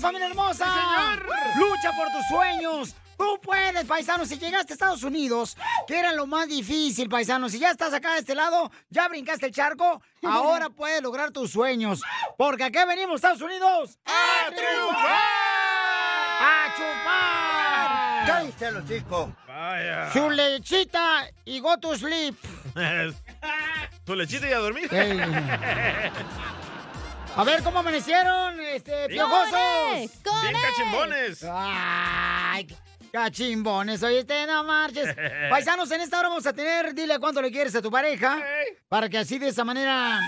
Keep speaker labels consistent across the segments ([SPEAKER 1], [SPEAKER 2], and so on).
[SPEAKER 1] familia hermosa! ¡Lucha por tus sueños! Tú puedes, paisano. Si llegaste a Estados Unidos, que era lo más difícil, paisano. Si ya estás acá de este lado, ya brincaste el charco, ahora puedes lograr tus sueños. Porque acá venimos, Estados Unidos, a triunfar. A chupar.
[SPEAKER 2] ¡Cállate los chicos!
[SPEAKER 3] Vaya.
[SPEAKER 1] Su lechita y go to sleep.
[SPEAKER 3] ¿Tu lechita y a dormir?
[SPEAKER 1] Ey. A ver, ¿cómo amanecieron, este, piojosos?
[SPEAKER 3] Bien cachimbones.
[SPEAKER 1] ¡Ay! Cachimbones, oye, este no marches. Paisanos, en esta hora vamos a tener, dile cuánto le quieres a tu pareja, para que así de esa manera,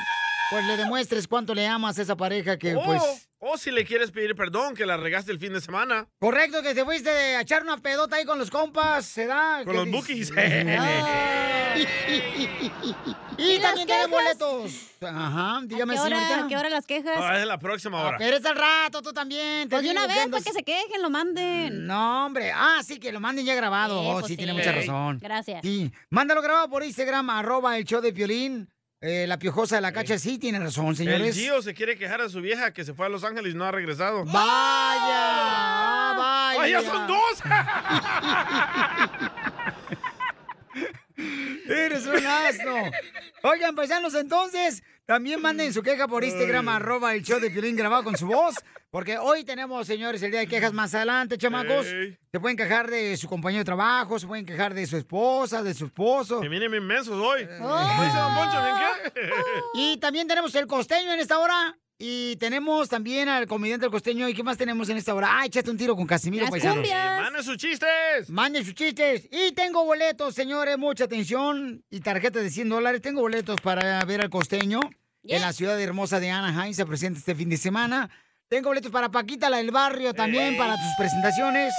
[SPEAKER 1] pues le demuestres cuánto le amas a esa pareja que,
[SPEAKER 3] O,
[SPEAKER 1] pues...
[SPEAKER 3] o Oh, si le quieres pedir perdón, que la regaste el fin de semana.
[SPEAKER 1] Correcto, que te fuiste a echar una pedota ahí con los compas, se da...
[SPEAKER 3] Con
[SPEAKER 1] que
[SPEAKER 3] los
[SPEAKER 1] te-
[SPEAKER 3] bookies.
[SPEAKER 1] Y,
[SPEAKER 4] ¿Y las
[SPEAKER 1] también tiene
[SPEAKER 4] quejas?
[SPEAKER 1] boletos. Ajá, dígame,
[SPEAKER 4] ¿Qué hora,
[SPEAKER 1] señorita.
[SPEAKER 4] ¿A qué hora las
[SPEAKER 1] Pues,
[SPEAKER 4] quejas?
[SPEAKER 3] Ah, es de la próxima hora.
[SPEAKER 1] Pero es al rato, tú también. te
[SPEAKER 4] Pues de
[SPEAKER 1] digo
[SPEAKER 4] una
[SPEAKER 1] que
[SPEAKER 4] vez,
[SPEAKER 1] andas-
[SPEAKER 4] para que se quejen, lo manden.
[SPEAKER 1] No, hombre. Ah, sí, que lo manden ya grabado.
[SPEAKER 4] Eh,
[SPEAKER 1] oh,
[SPEAKER 4] pues
[SPEAKER 1] sí,
[SPEAKER 4] sí.
[SPEAKER 1] tiene mucha razón.
[SPEAKER 4] Gracias.
[SPEAKER 1] Sí. Mándalo grabado por Instagram, arroba el show de Piolín. Eh, la piojosa de la cacha, sí, tiene razón,
[SPEAKER 3] El
[SPEAKER 1] señores.
[SPEAKER 3] Gio se quiere quejar a su vieja que se fue a Los Ángeles y no ha regresado.
[SPEAKER 4] Ah,
[SPEAKER 1] ¡Vaya! Ah, ¡Vaya!
[SPEAKER 3] ¡Ay, Ah, ya son dos!
[SPEAKER 1] ¡Eres un asno! Oigan, paisanos, entonces, también manden su queja por Instagram, arroba el show de Piolín grabado con su voz. Porque hoy tenemos, señores, el día de quejas más adelante, chamacos.
[SPEAKER 3] Ey.
[SPEAKER 1] Se pueden quejar de su compañero de trabajo, se pueden quejar de su esposa, de su esposo. Eh.
[SPEAKER 3] Que vienen inmensos hoy. Como dice Don Poncho, ¿bien qué?
[SPEAKER 1] Y también tenemos el costeño en esta hora. Y tenemos también al comediante del costeño. ¿Y qué más tenemos en esta hora? Ah, échate un tiro con Casimiro
[SPEAKER 4] Las
[SPEAKER 1] Paisano.
[SPEAKER 4] cumbias.
[SPEAKER 3] ¡Manden sus chistes!
[SPEAKER 1] Manden sus chistes. Y tengo boletos, señores. Mucha atención. Y tarjetas de 100 dólares. Tengo boletos para ver al costeño. En la ciudad hermosa de Anaheim se presenta este fin de semana. Tengo boletos para Paquita, la del barrio, también
[SPEAKER 3] Eh.
[SPEAKER 1] para tus presentaciones.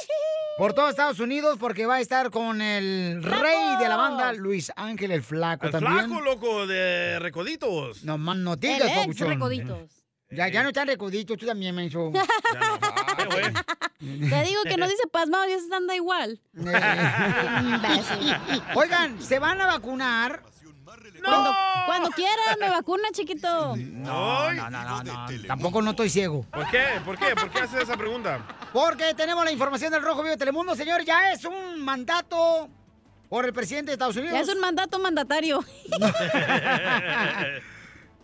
[SPEAKER 1] Por todo Estados Unidos, porque va a estar con el rey de la banda, Luis Ángel el Flaco
[SPEAKER 3] Al
[SPEAKER 1] también.
[SPEAKER 3] flaco, loco, de Recoditos.
[SPEAKER 1] No más
[SPEAKER 4] El
[SPEAKER 1] noticias,
[SPEAKER 4] ex
[SPEAKER 1] papuchón.
[SPEAKER 4] recoditos.
[SPEAKER 1] Ya, ya no están recoditos, tú también, menso.
[SPEAKER 3] Eh. Ya no. Ay, güey.
[SPEAKER 4] Te digo que no dice pasmado, ya se anda igual. Imbécil.
[SPEAKER 1] Oigan, ¿se van a vacunar?
[SPEAKER 4] Cuando, cuando quieras, me vacuna, chiquito.
[SPEAKER 1] No, no, no, no, no. Tampoco no estoy ciego.
[SPEAKER 3] ¿Por qué? ¿Por qué? ¿Por qué haces esa pregunta?
[SPEAKER 1] Porque tenemos la información del Rojo Vivo de Telemundo, señor. Ya es un mandato por el presidente de Estados Unidos.
[SPEAKER 4] Ya es un mandato mandatario.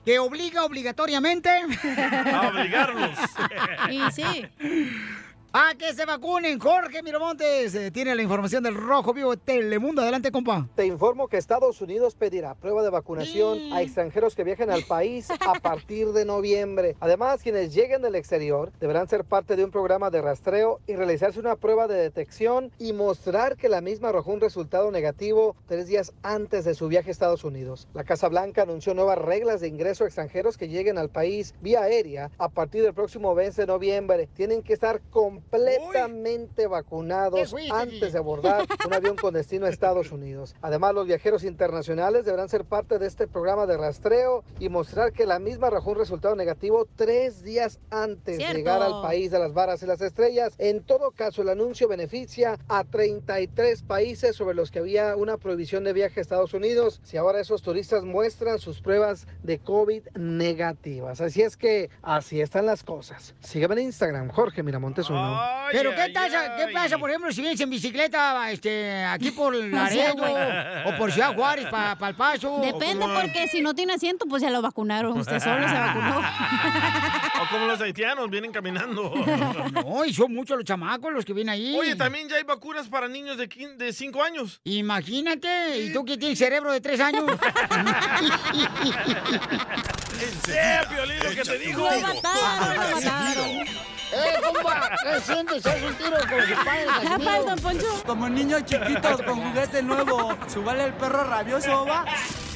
[SPEAKER 1] Que obliga obligatoriamente
[SPEAKER 3] A obligarlos.
[SPEAKER 4] Y sí.
[SPEAKER 1] a que se vacunen. Jorge Miramontes eh, tiene la información del Rojo Vivo de Telemundo. Adelante, compa.
[SPEAKER 5] Te informo que Estados Unidos pedirá prueba de vacunación
[SPEAKER 1] Sí.
[SPEAKER 5] a extranjeros que viajen al país a partir de noviembre. Además, quienes lleguen del exterior deberán ser parte de un programa de rastreo y realizarse una prueba de detección y mostrar que la misma arrojó un resultado negativo tres días antes de su viaje a Estados Unidos. La Casa Blanca anunció nuevas reglas de ingreso a extranjeros que lleguen al país vía aérea a partir del próximo 20 de noviembre. Tienen que estar completamente
[SPEAKER 1] Qué
[SPEAKER 5] vacunados
[SPEAKER 1] juicio,
[SPEAKER 5] antes
[SPEAKER 1] Gigi.
[SPEAKER 5] de abordar un avión con destino a Estados Unidos. Además, los viajeros internacionales deberán ser parte de este programa de rastreo y mostrar que la misma arrojó un resultado negativo tres días antes
[SPEAKER 4] Cierto.
[SPEAKER 5] de llegar al país de las varas y las estrellas. En todo caso, el anuncio beneficia a 33 países sobre los que había una prohibición de viaje a Estados Unidos. Si ahora esos turistas muestran sus pruebas de COVID negativas. Así es que así están las cosas. Sígueme en Instagram, Jorge Miramontes uno.
[SPEAKER 3] Ay,
[SPEAKER 1] Pero ¿qué,
[SPEAKER 3] ay,
[SPEAKER 1] pasa, ¿qué
[SPEAKER 3] ay.
[SPEAKER 1] pasa, por ejemplo, si vienes en bicicleta este, aquí por Laredo o por Ciudad Juárez para el Paso?
[SPEAKER 4] Depende,
[SPEAKER 3] como-
[SPEAKER 4] porque si no tiene asiento, pues ya lo vacunaron. Usted solo se vacunó.
[SPEAKER 3] O como los haitianos vienen caminando.
[SPEAKER 1] No, y son muchos los chamacos los que vienen ahí.
[SPEAKER 3] Oh. Oye, también ya hay vacunas para niños de 5 de cinco años.
[SPEAKER 1] Imagínate, y tú que tienes cerebro de tres años.
[SPEAKER 3] ¡Eh, Piolín, lo que te digo!
[SPEAKER 4] Lo mataron, lo mataron.
[SPEAKER 1] ¡Eh, compa! ¿Qué sientes? ¿Haz un tiro con sus padres,
[SPEAKER 4] Ya
[SPEAKER 1] Casimiro?
[SPEAKER 4] falta, don Poncho.
[SPEAKER 6] Como niños chiquitos con juguete nuevo, subale el perro rabioso, va.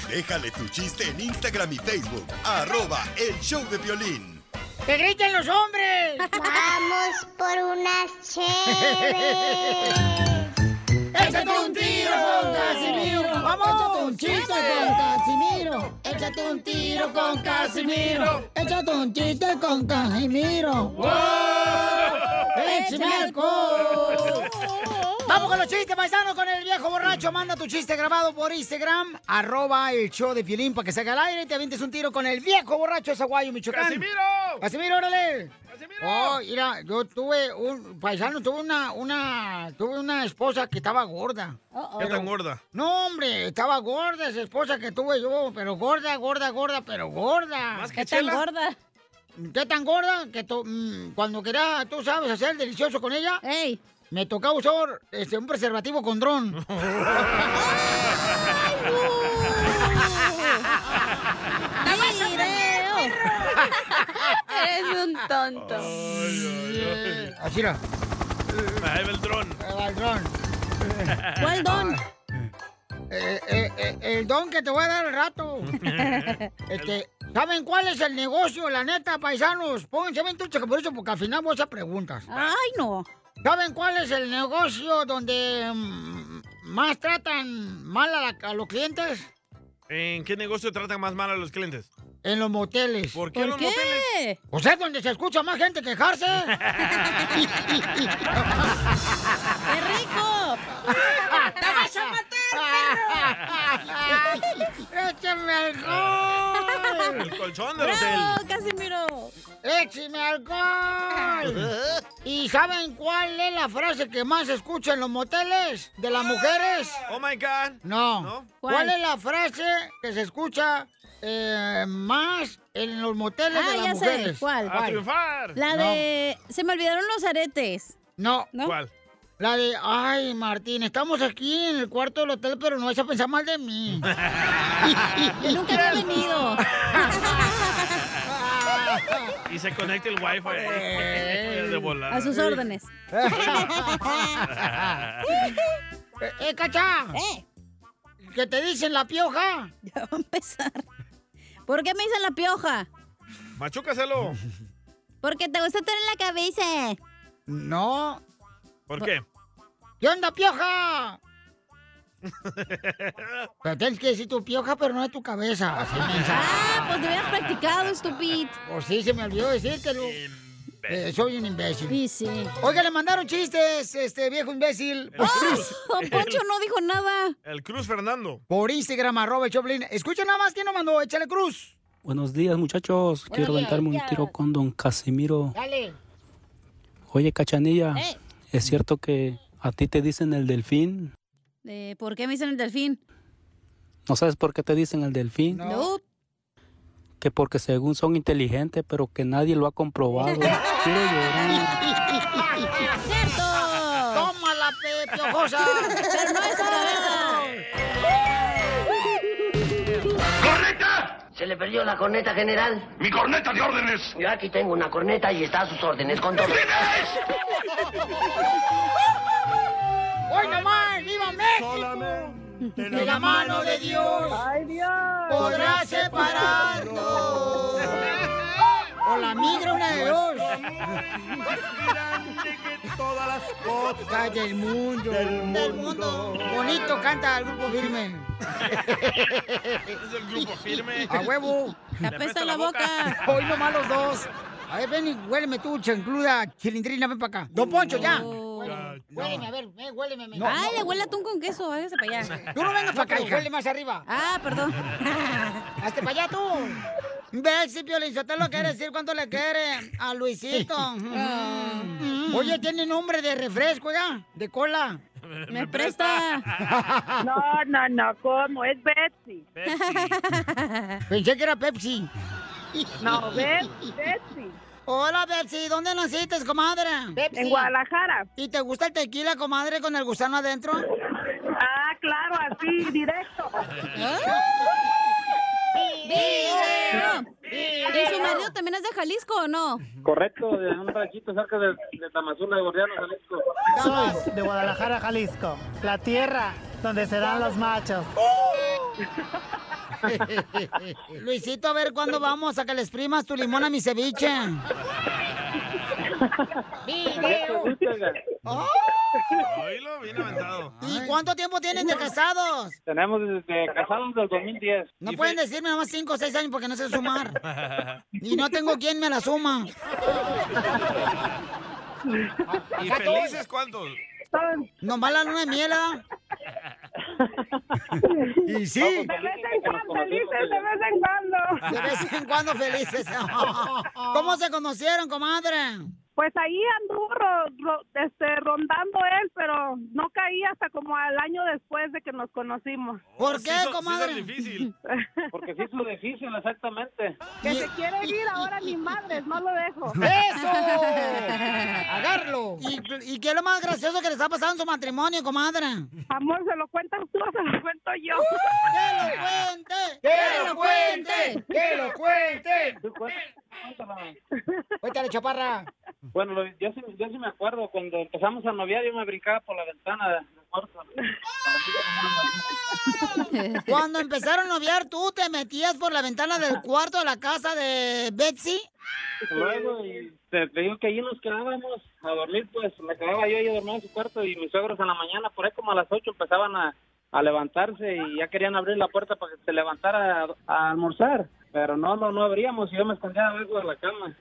[SPEAKER 7] Déjale tu chiste en Instagram y Facebook. Arroba el show de violín.
[SPEAKER 1] ¡Que griten los hombres!
[SPEAKER 8] Vamos por unas chéveres.
[SPEAKER 1] ¡Échate un tiro con Casimiro! ¡Vamos! ¡Échate un chiste con Casimiro! ¡Échate un tiro con Casimiro! ¡Échate un chiste con Casimiro! ¡Échame alcohol! Vamos con los chistes, paisano, con el viejo borracho. Manda tu chiste grabado por Instagram, arroba el show de Piolín para que salga al aire y te avientes un tiro con el viejo borracho de Zaguayo, Michoacán.
[SPEAKER 3] ¡Casimiro!
[SPEAKER 1] ¡Casimiro, órale! Oh, mira, yo tuve un paisano, tuve una, una, tuve una esposa que estaba gorda.
[SPEAKER 3] ¿Qué tan gorda?
[SPEAKER 1] No, hombre, estaba gorda esa esposa que tuve yo, pero gorda, gorda, gorda, pero gorda.
[SPEAKER 3] ¿Más que ¿Qué tan Chela? gorda?
[SPEAKER 1] ¿Qué tan gorda? Que to- mm, cuando quería, tú sabes, hacer el delicioso con ella, me tocaba usar este, un preservativo con dron.
[SPEAKER 4] Eres un tonto.
[SPEAKER 1] Así era.
[SPEAKER 3] Ahí va el dron.
[SPEAKER 1] El dron.
[SPEAKER 4] ¿Cuál don?
[SPEAKER 1] Ah. Eh, eh, eh, el don que te voy a dar al rato. Este, ¿Saben cuál es el negocio, la neta, paisanos? Pónganse bien trucha por eso, porque al final voy a hacer preguntas.
[SPEAKER 4] Ay, no.
[SPEAKER 1] ¿Saben cuál es el negocio donde mm, más tratan mal a, la- a los clientes?
[SPEAKER 3] ¿En qué negocio tratan más mal a los clientes?
[SPEAKER 1] En los moteles.
[SPEAKER 3] ¿Por qué ¿Por los qué? moteles?
[SPEAKER 1] O sea, donde se escucha más gente quejarse.
[SPEAKER 4] ¡Qué rico!
[SPEAKER 1] ¡Te vas a matar, perro! ¡Échame alcohol!
[SPEAKER 3] El colchón del
[SPEAKER 1] ¡Bravo,
[SPEAKER 3] hotel.
[SPEAKER 1] Casimiro! ¡Écheme alcohol! ¿Y saben cuál es la frase que más se escucha en los moteles de las mujeres?
[SPEAKER 3] Oh my God.
[SPEAKER 1] No. ¿Cuál?
[SPEAKER 3] ¿Cuál?
[SPEAKER 1] es la frase que se escucha eh, más en los moteles
[SPEAKER 4] Ah,
[SPEAKER 1] de las
[SPEAKER 4] ya
[SPEAKER 1] mujeres?
[SPEAKER 4] sé. ¿Cuál?
[SPEAKER 1] ¿Cuál?
[SPEAKER 4] La
[SPEAKER 1] No.
[SPEAKER 4] de. Se me olvidaron los aretes.
[SPEAKER 1] No.
[SPEAKER 4] ¿No? ¿Cuál?
[SPEAKER 1] La de, ay, Martín, estamos aquí en el cuarto del hotel, pero no vais a pensar mal de mí.
[SPEAKER 4] Nunca había venido.
[SPEAKER 3] Y se conecta el wifi. De volar.
[SPEAKER 4] Pues, A sus órdenes.
[SPEAKER 1] Eh, eh, Cacha. ¿Eh? ¿Qué te dicen la pioja?
[SPEAKER 4] Ya va a empezar. ¿Por qué me dicen la pioja?
[SPEAKER 3] Machúcaselo.
[SPEAKER 4] Porque te gusta tener la cabeza.
[SPEAKER 1] No.
[SPEAKER 3] ¿Por qué?
[SPEAKER 1] ¿Qué onda, pioja? Pero tienes que decir tu pioja, pero no es tu cabeza. Así me dice.
[SPEAKER 4] Ah, pues te hubieras practicado, estúpido.
[SPEAKER 1] Pues sí, se me olvidó decírtelo. Eh, soy un imbécil.
[SPEAKER 4] Sí, sí.
[SPEAKER 1] Oiga, le mandaron chistes, este viejo
[SPEAKER 3] El
[SPEAKER 1] imbécil.
[SPEAKER 3] Cruz.
[SPEAKER 4] Don Poncho no dijo nada.
[SPEAKER 3] El Cruz Fernando.
[SPEAKER 1] Por Instagram, arroba el Choplin. Escucha nada más quién nos mandó, échale cruz.
[SPEAKER 2] Buenos días, muchachos. Quiero
[SPEAKER 1] días.
[SPEAKER 2] aventarme un tiro con don Casimiro.
[SPEAKER 1] Dale.
[SPEAKER 2] Oye, Cachanilla,
[SPEAKER 4] Eh.
[SPEAKER 2] ¿es cierto que a ti te dicen el delfín?
[SPEAKER 4] Eh, ¿Por qué me dicen el delfín?
[SPEAKER 2] ¿No sabes por qué te dicen el delfín?
[SPEAKER 4] No.
[SPEAKER 2] Que porque según son inteligentes, pero que nadie lo ha comprobado. Quiero llorar.
[SPEAKER 4] ¡Cierto!
[SPEAKER 1] ¡Tómala, pe, piojosa!
[SPEAKER 4] ¡Pero no es su
[SPEAKER 9] ¡Corneta! Se le perdió la corneta, general. ¡Mi corneta de órdenes! Yo aquí tengo una corneta y está a sus órdenes con todo.
[SPEAKER 1] ¡Hoy nomás! ¡Viva México! Solamente
[SPEAKER 9] la
[SPEAKER 1] la mano de Dios.
[SPEAKER 9] ¡Ay, Dios!
[SPEAKER 1] Podrá separarnos. O la migra, una de dos. Todas las cosas del mundo. Del mundo. Bonito canta el grupo firme.
[SPEAKER 3] Es el grupo firme.
[SPEAKER 1] A huevo.
[SPEAKER 3] Te apesta la boca.
[SPEAKER 1] Hoy nomás los dos. A ver, ven y huéleme tú, chancluda, chilindrina, ven para acá. Don Poncho, ya.
[SPEAKER 4] Huéleme, a ver, huéleme.
[SPEAKER 1] No,
[SPEAKER 4] Ay,
[SPEAKER 1] no.
[SPEAKER 4] le huele atún con queso, váyase para allá.
[SPEAKER 1] Tú no vengas para acá,
[SPEAKER 4] pero
[SPEAKER 1] hija.
[SPEAKER 4] huele
[SPEAKER 1] más arriba.
[SPEAKER 4] Ah, perdón.
[SPEAKER 1] Hazte para allá tú. Ve si Piolín lo quiere decir cuánto le quiere a Luisito.
[SPEAKER 3] Ah.
[SPEAKER 1] Mm. Oye, tiene nombre de refresco ya, de cola.
[SPEAKER 9] ¿Me presta?
[SPEAKER 1] No, no, no, ¿cómo? Es Betsy. Pensé que era Pepsi.
[SPEAKER 9] No, Be-
[SPEAKER 1] Betsy. Hola, Betsy. ¿Dónde naciste, comadre?
[SPEAKER 9] En
[SPEAKER 1] Guadalajara. ¿Y te gusta el tequila, comadre, con el gusano adentro? Ah, claro, así, directo. ¿Ah?
[SPEAKER 4] ¡Video! ¿Y su marido también es de Jalisco o no?
[SPEAKER 10] Correcto, de un ranchito cerca de, de Tamazula, de Gordiano, Jalisco.
[SPEAKER 11] Soy de Guadalajara, Jalisco, la tierra donde se dan los machos.
[SPEAKER 1] Luisito, a ver cuándo vamos a que les primas tu limón a mi ceviche. Video. Oh.
[SPEAKER 3] Oílo, bien aventado.
[SPEAKER 1] ¿Y cuánto tiempo tienen de casados?
[SPEAKER 10] Tenemos desde casados del 2010.
[SPEAKER 1] No pueden decirme nomás 5 o 6 años porque no sé sumar. Y no tengo quien me la suma.
[SPEAKER 3] ¿Y
[SPEAKER 1] Acá todo-
[SPEAKER 3] felices cuántos?
[SPEAKER 11] están?
[SPEAKER 1] Nomás la luna de miel, ¿ah? Y sí.
[SPEAKER 11] De vez en cuando, felices, de vez en cuando.
[SPEAKER 1] De vez en cuando felices. ¿Cómo se conocieron, comadre?
[SPEAKER 11] Pues ahí anduvo ro- ro- este, rondando él, pero no caí hasta como al año después de que nos conocimos.
[SPEAKER 1] ¿Por qué, comadre?
[SPEAKER 10] Porque sí es lo difícil, exactamente.
[SPEAKER 11] Que se quiere ir ahora ni madres, no lo dejo.
[SPEAKER 1] ¡Eso! ¡Agarlo! ¿Y, y qué es lo más gracioso que les ha pasado en su matrimonio, comadre?
[SPEAKER 11] Amor, ¿se lo cuentas tú o se lo cuento yo?
[SPEAKER 1] ¡Que lo cuente!
[SPEAKER 11] ¡Que lo cuente!
[SPEAKER 1] ¡Que lo cuente! Cuéntale, chaparra.
[SPEAKER 10] Bueno, lo- yo, sí, yo sí me acuerdo, cuando empezamos a noviar yo me brincaba por la ventana de- del cuarto.
[SPEAKER 1] Cuando empezaron a noviar, tú te metías por la ventana del cuarto de la casa de Betsy.
[SPEAKER 10] Luego, y te, te digo que allí nos quedábamos a dormir, pues me quedaba yo, yo dormía en su cuarto y mis suegros en la mañana, por ahí como a las 8 empezaban a, a levantarse y ya querían abrir la puerta para que se levantara a, a almorzar. Pero no, no, no abríamos y yo me escondía debajo de la cama.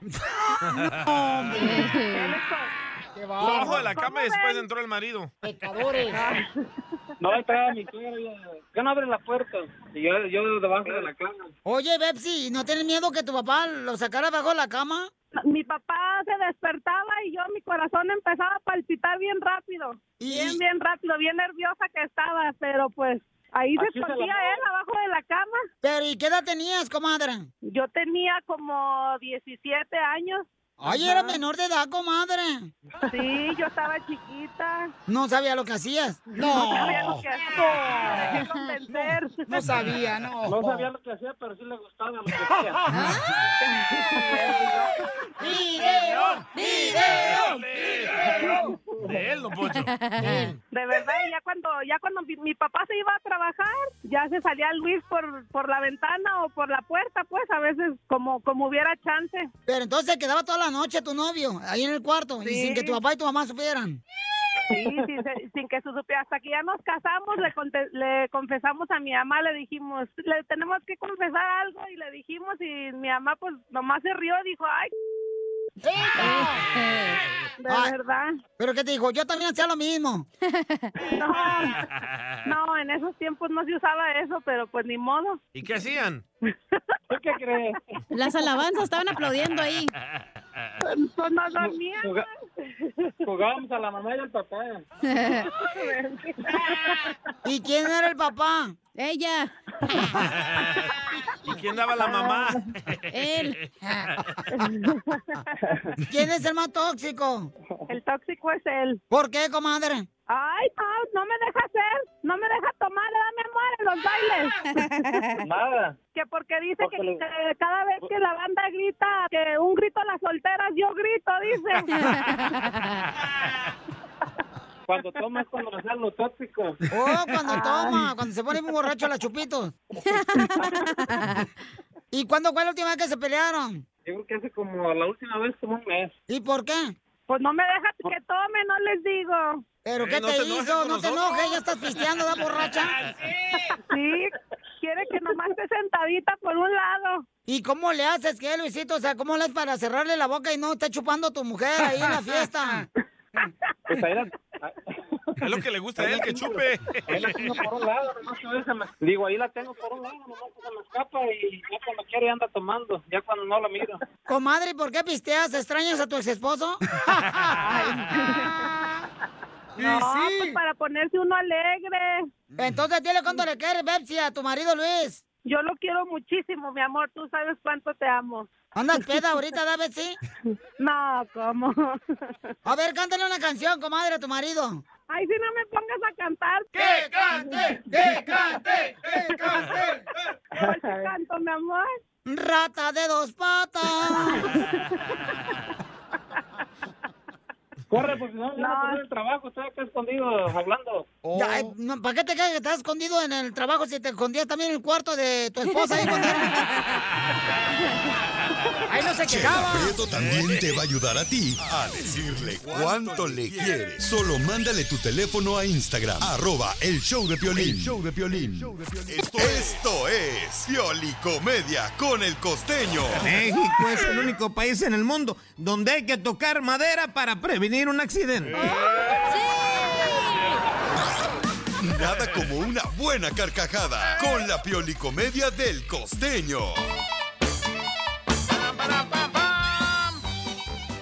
[SPEAKER 3] Abajo de la cama y después entró el marido.
[SPEAKER 1] Pecadores.
[SPEAKER 10] No, ahí estaba mi suegro, yo, ¿qué no abre la puerta? Y yo, yo debajo de la cama.
[SPEAKER 1] Oye, Betsy, ¿no tienes miedo que tu papá lo sacara bajo la cama?
[SPEAKER 11] Mi papá se despertaba y yo mi corazón empezaba a palpitar bien rápido. Bien, bien rápido, bien nerviosa que estaba, pero pues ahí
[SPEAKER 1] Así es
[SPEAKER 11] se
[SPEAKER 1] el
[SPEAKER 11] escondía
[SPEAKER 1] amor.
[SPEAKER 11] él abajo de la cama.
[SPEAKER 1] Pero ¿y qué edad tenías, comadre?
[SPEAKER 11] Yo tenía como 17 años.
[SPEAKER 1] Ay,
[SPEAKER 11] Ajá.
[SPEAKER 1] era menor de edad, comadre.
[SPEAKER 11] Sí, yo estaba chiquita.
[SPEAKER 1] No sabía lo que hacías.
[SPEAKER 11] No sabía lo
[SPEAKER 1] No.
[SPEAKER 11] que hacía. No sabía qué convencer.
[SPEAKER 1] No sabía, no.
[SPEAKER 10] No sabía lo que hacía, pero sí le gustaba lo que hacía.
[SPEAKER 1] ¡Video!
[SPEAKER 11] ¡Video!
[SPEAKER 3] ¡Video! De él, don Poncho.
[SPEAKER 11] De verdad, ya cuando ya cuando mi, mi papá se iba a trabajar, ya se salía Luis por, por la ventana o por la puerta, pues a veces como como hubiera chance.
[SPEAKER 1] Pero entonces se quedaba toda la noche tu novio ahí en el cuarto y
[SPEAKER 11] Sí.
[SPEAKER 1] sin que tu papá y tu mamá supieran.
[SPEAKER 11] Sí, sin, se- sin que se supiera. Hasta que ya nos casamos, le, conte- le confesamos a mi mamá, le dijimos, le tenemos que confesar algo y le dijimos y mi mamá pues nomás se rió, dijo, ay, de
[SPEAKER 1] Ay,
[SPEAKER 11] verdad.
[SPEAKER 1] Pero ¿qué te dijo? Yo también hacía lo mismo.
[SPEAKER 11] No, en esos tiempos no se usaba eso, pero pues ni modo.
[SPEAKER 3] ¿Y qué hacían?
[SPEAKER 11] ¿Qué crees?
[SPEAKER 2] Las alabanzas estaban aplaudiendo ahí.
[SPEAKER 11] Pues nos dormían.
[SPEAKER 10] Juga- Jugábamos a la mamá y al papá.
[SPEAKER 1] ¿Y quién era el papá?
[SPEAKER 2] Ella.
[SPEAKER 3] ¿Y quién daba la mamá?
[SPEAKER 11] Ah,
[SPEAKER 2] Él.
[SPEAKER 1] ¿Quién es el más tóxico?
[SPEAKER 11] El tóxico es él.
[SPEAKER 1] ¿Por qué, comadre?
[SPEAKER 11] Ay, no, no me deja hacer, no me deja tomar, dame amor en los bailes.
[SPEAKER 10] Nada.
[SPEAKER 11] Que porque dice
[SPEAKER 10] Porque
[SPEAKER 11] que
[SPEAKER 10] le-
[SPEAKER 11] que cada vez que la banda grita, que un grito a las solteras, yo grito, dice.
[SPEAKER 10] Cuando tomas, cuando me salen los tóxicos.
[SPEAKER 1] Oh, cuando toma, cuando se pone muy borracho la chupitos. ¿Y cuándo fue la última vez que se pelearon?
[SPEAKER 10] Yo creo que hace como la última vez, como un mes.
[SPEAKER 1] ¿Y por qué?
[SPEAKER 11] Pues no me deja que tome, no les digo.
[SPEAKER 10] Eh,
[SPEAKER 1] ¿Pero qué te hizo? No te enojes, ya estás pisteando, da borracha.
[SPEAKER 11] Sí, quiere que nomás esté sentadita por un lado.
[SPEAKER 1] ¿Y cómo le haces, qué, Luisito? O sea, ¿cómo le haces para cerrarle la boca y no está chupando tu mujer ahí en la fiesta?
[SPEAKER 10] Pues ahí la-
[SPEAKER 3] Es lo que le gusta a él, que chupe.
[SPEAKER 10] ahí la tengo por un lado, nomás que a veces me- Digo, ahí la tengo por un lado, nomás que se me escapa y ya cuando quiere anda tomando, ya cuando no la miro.
[SPEAKER 1] Comadre, ¿y ¿por qué pisteas? ¿Extrañas a tu ex esposo?
[SPEAKER 11] No, pues para ponerse uno alegre.
[SPEAKER 1] Mm. Entonces dile cuánto le quieres, Bepsi, a tu marido Luis.
[SPEAKER 11] Yo lo quiero muchísimo, mi amor, tú sabes cuánto te amo.
[SPEAKER 1] ¿Andas peda ahorita, da Bepsi?
[SPEAKER 11] No, ¿cómo?
[SPEAKER 1] A ver, cántale una canción, comadre, a tu marido.
[SPEAKER 11] Ay, si no me pongas a cantar.
[SPEAKER 1] ¡Que cante! ¡Que cante!
[SPEAKER 11] ¡Que cante! ¿Cuál te canto, mi amor?
[SPEAKER 1] Rata de dos patas.
[SPEAKER 10] Corre, porque no, no,
[SPEAKER 1] No.
[SPEAKER 10] no el trabajo, estoy acá escondido hablando.
[SPEAKER 1] Ya,
[SPEAKER 7] Oh.
[SPEAKER 1] eh, no, ¿Para qué te crees que estás escondido en el trabajo si te escondías también en el cuarto de tu esposa? Ahí, cuando era- Ahí no se
[SPEAKER 7] Chela
[SPEAKER 1] quejaba.
[SPEAKER 7] Prieto también te va a ayudar a ti a decirle cuánto le quieres. Solo mándale tu teléfono a Instagram, arroba el show de Piolín.
[SPEAKER 12] El
[SPEAKER 7] show de Esto, esto es Piolicomedia con el costeño.
[SPEAKER 12] México es el único país en el mundo donde hay que tocar madera para prevenir un accidente.
[SPEAKER 7] ¡Sí! Nada como una buena carcajada con la piolicomedia del costeño.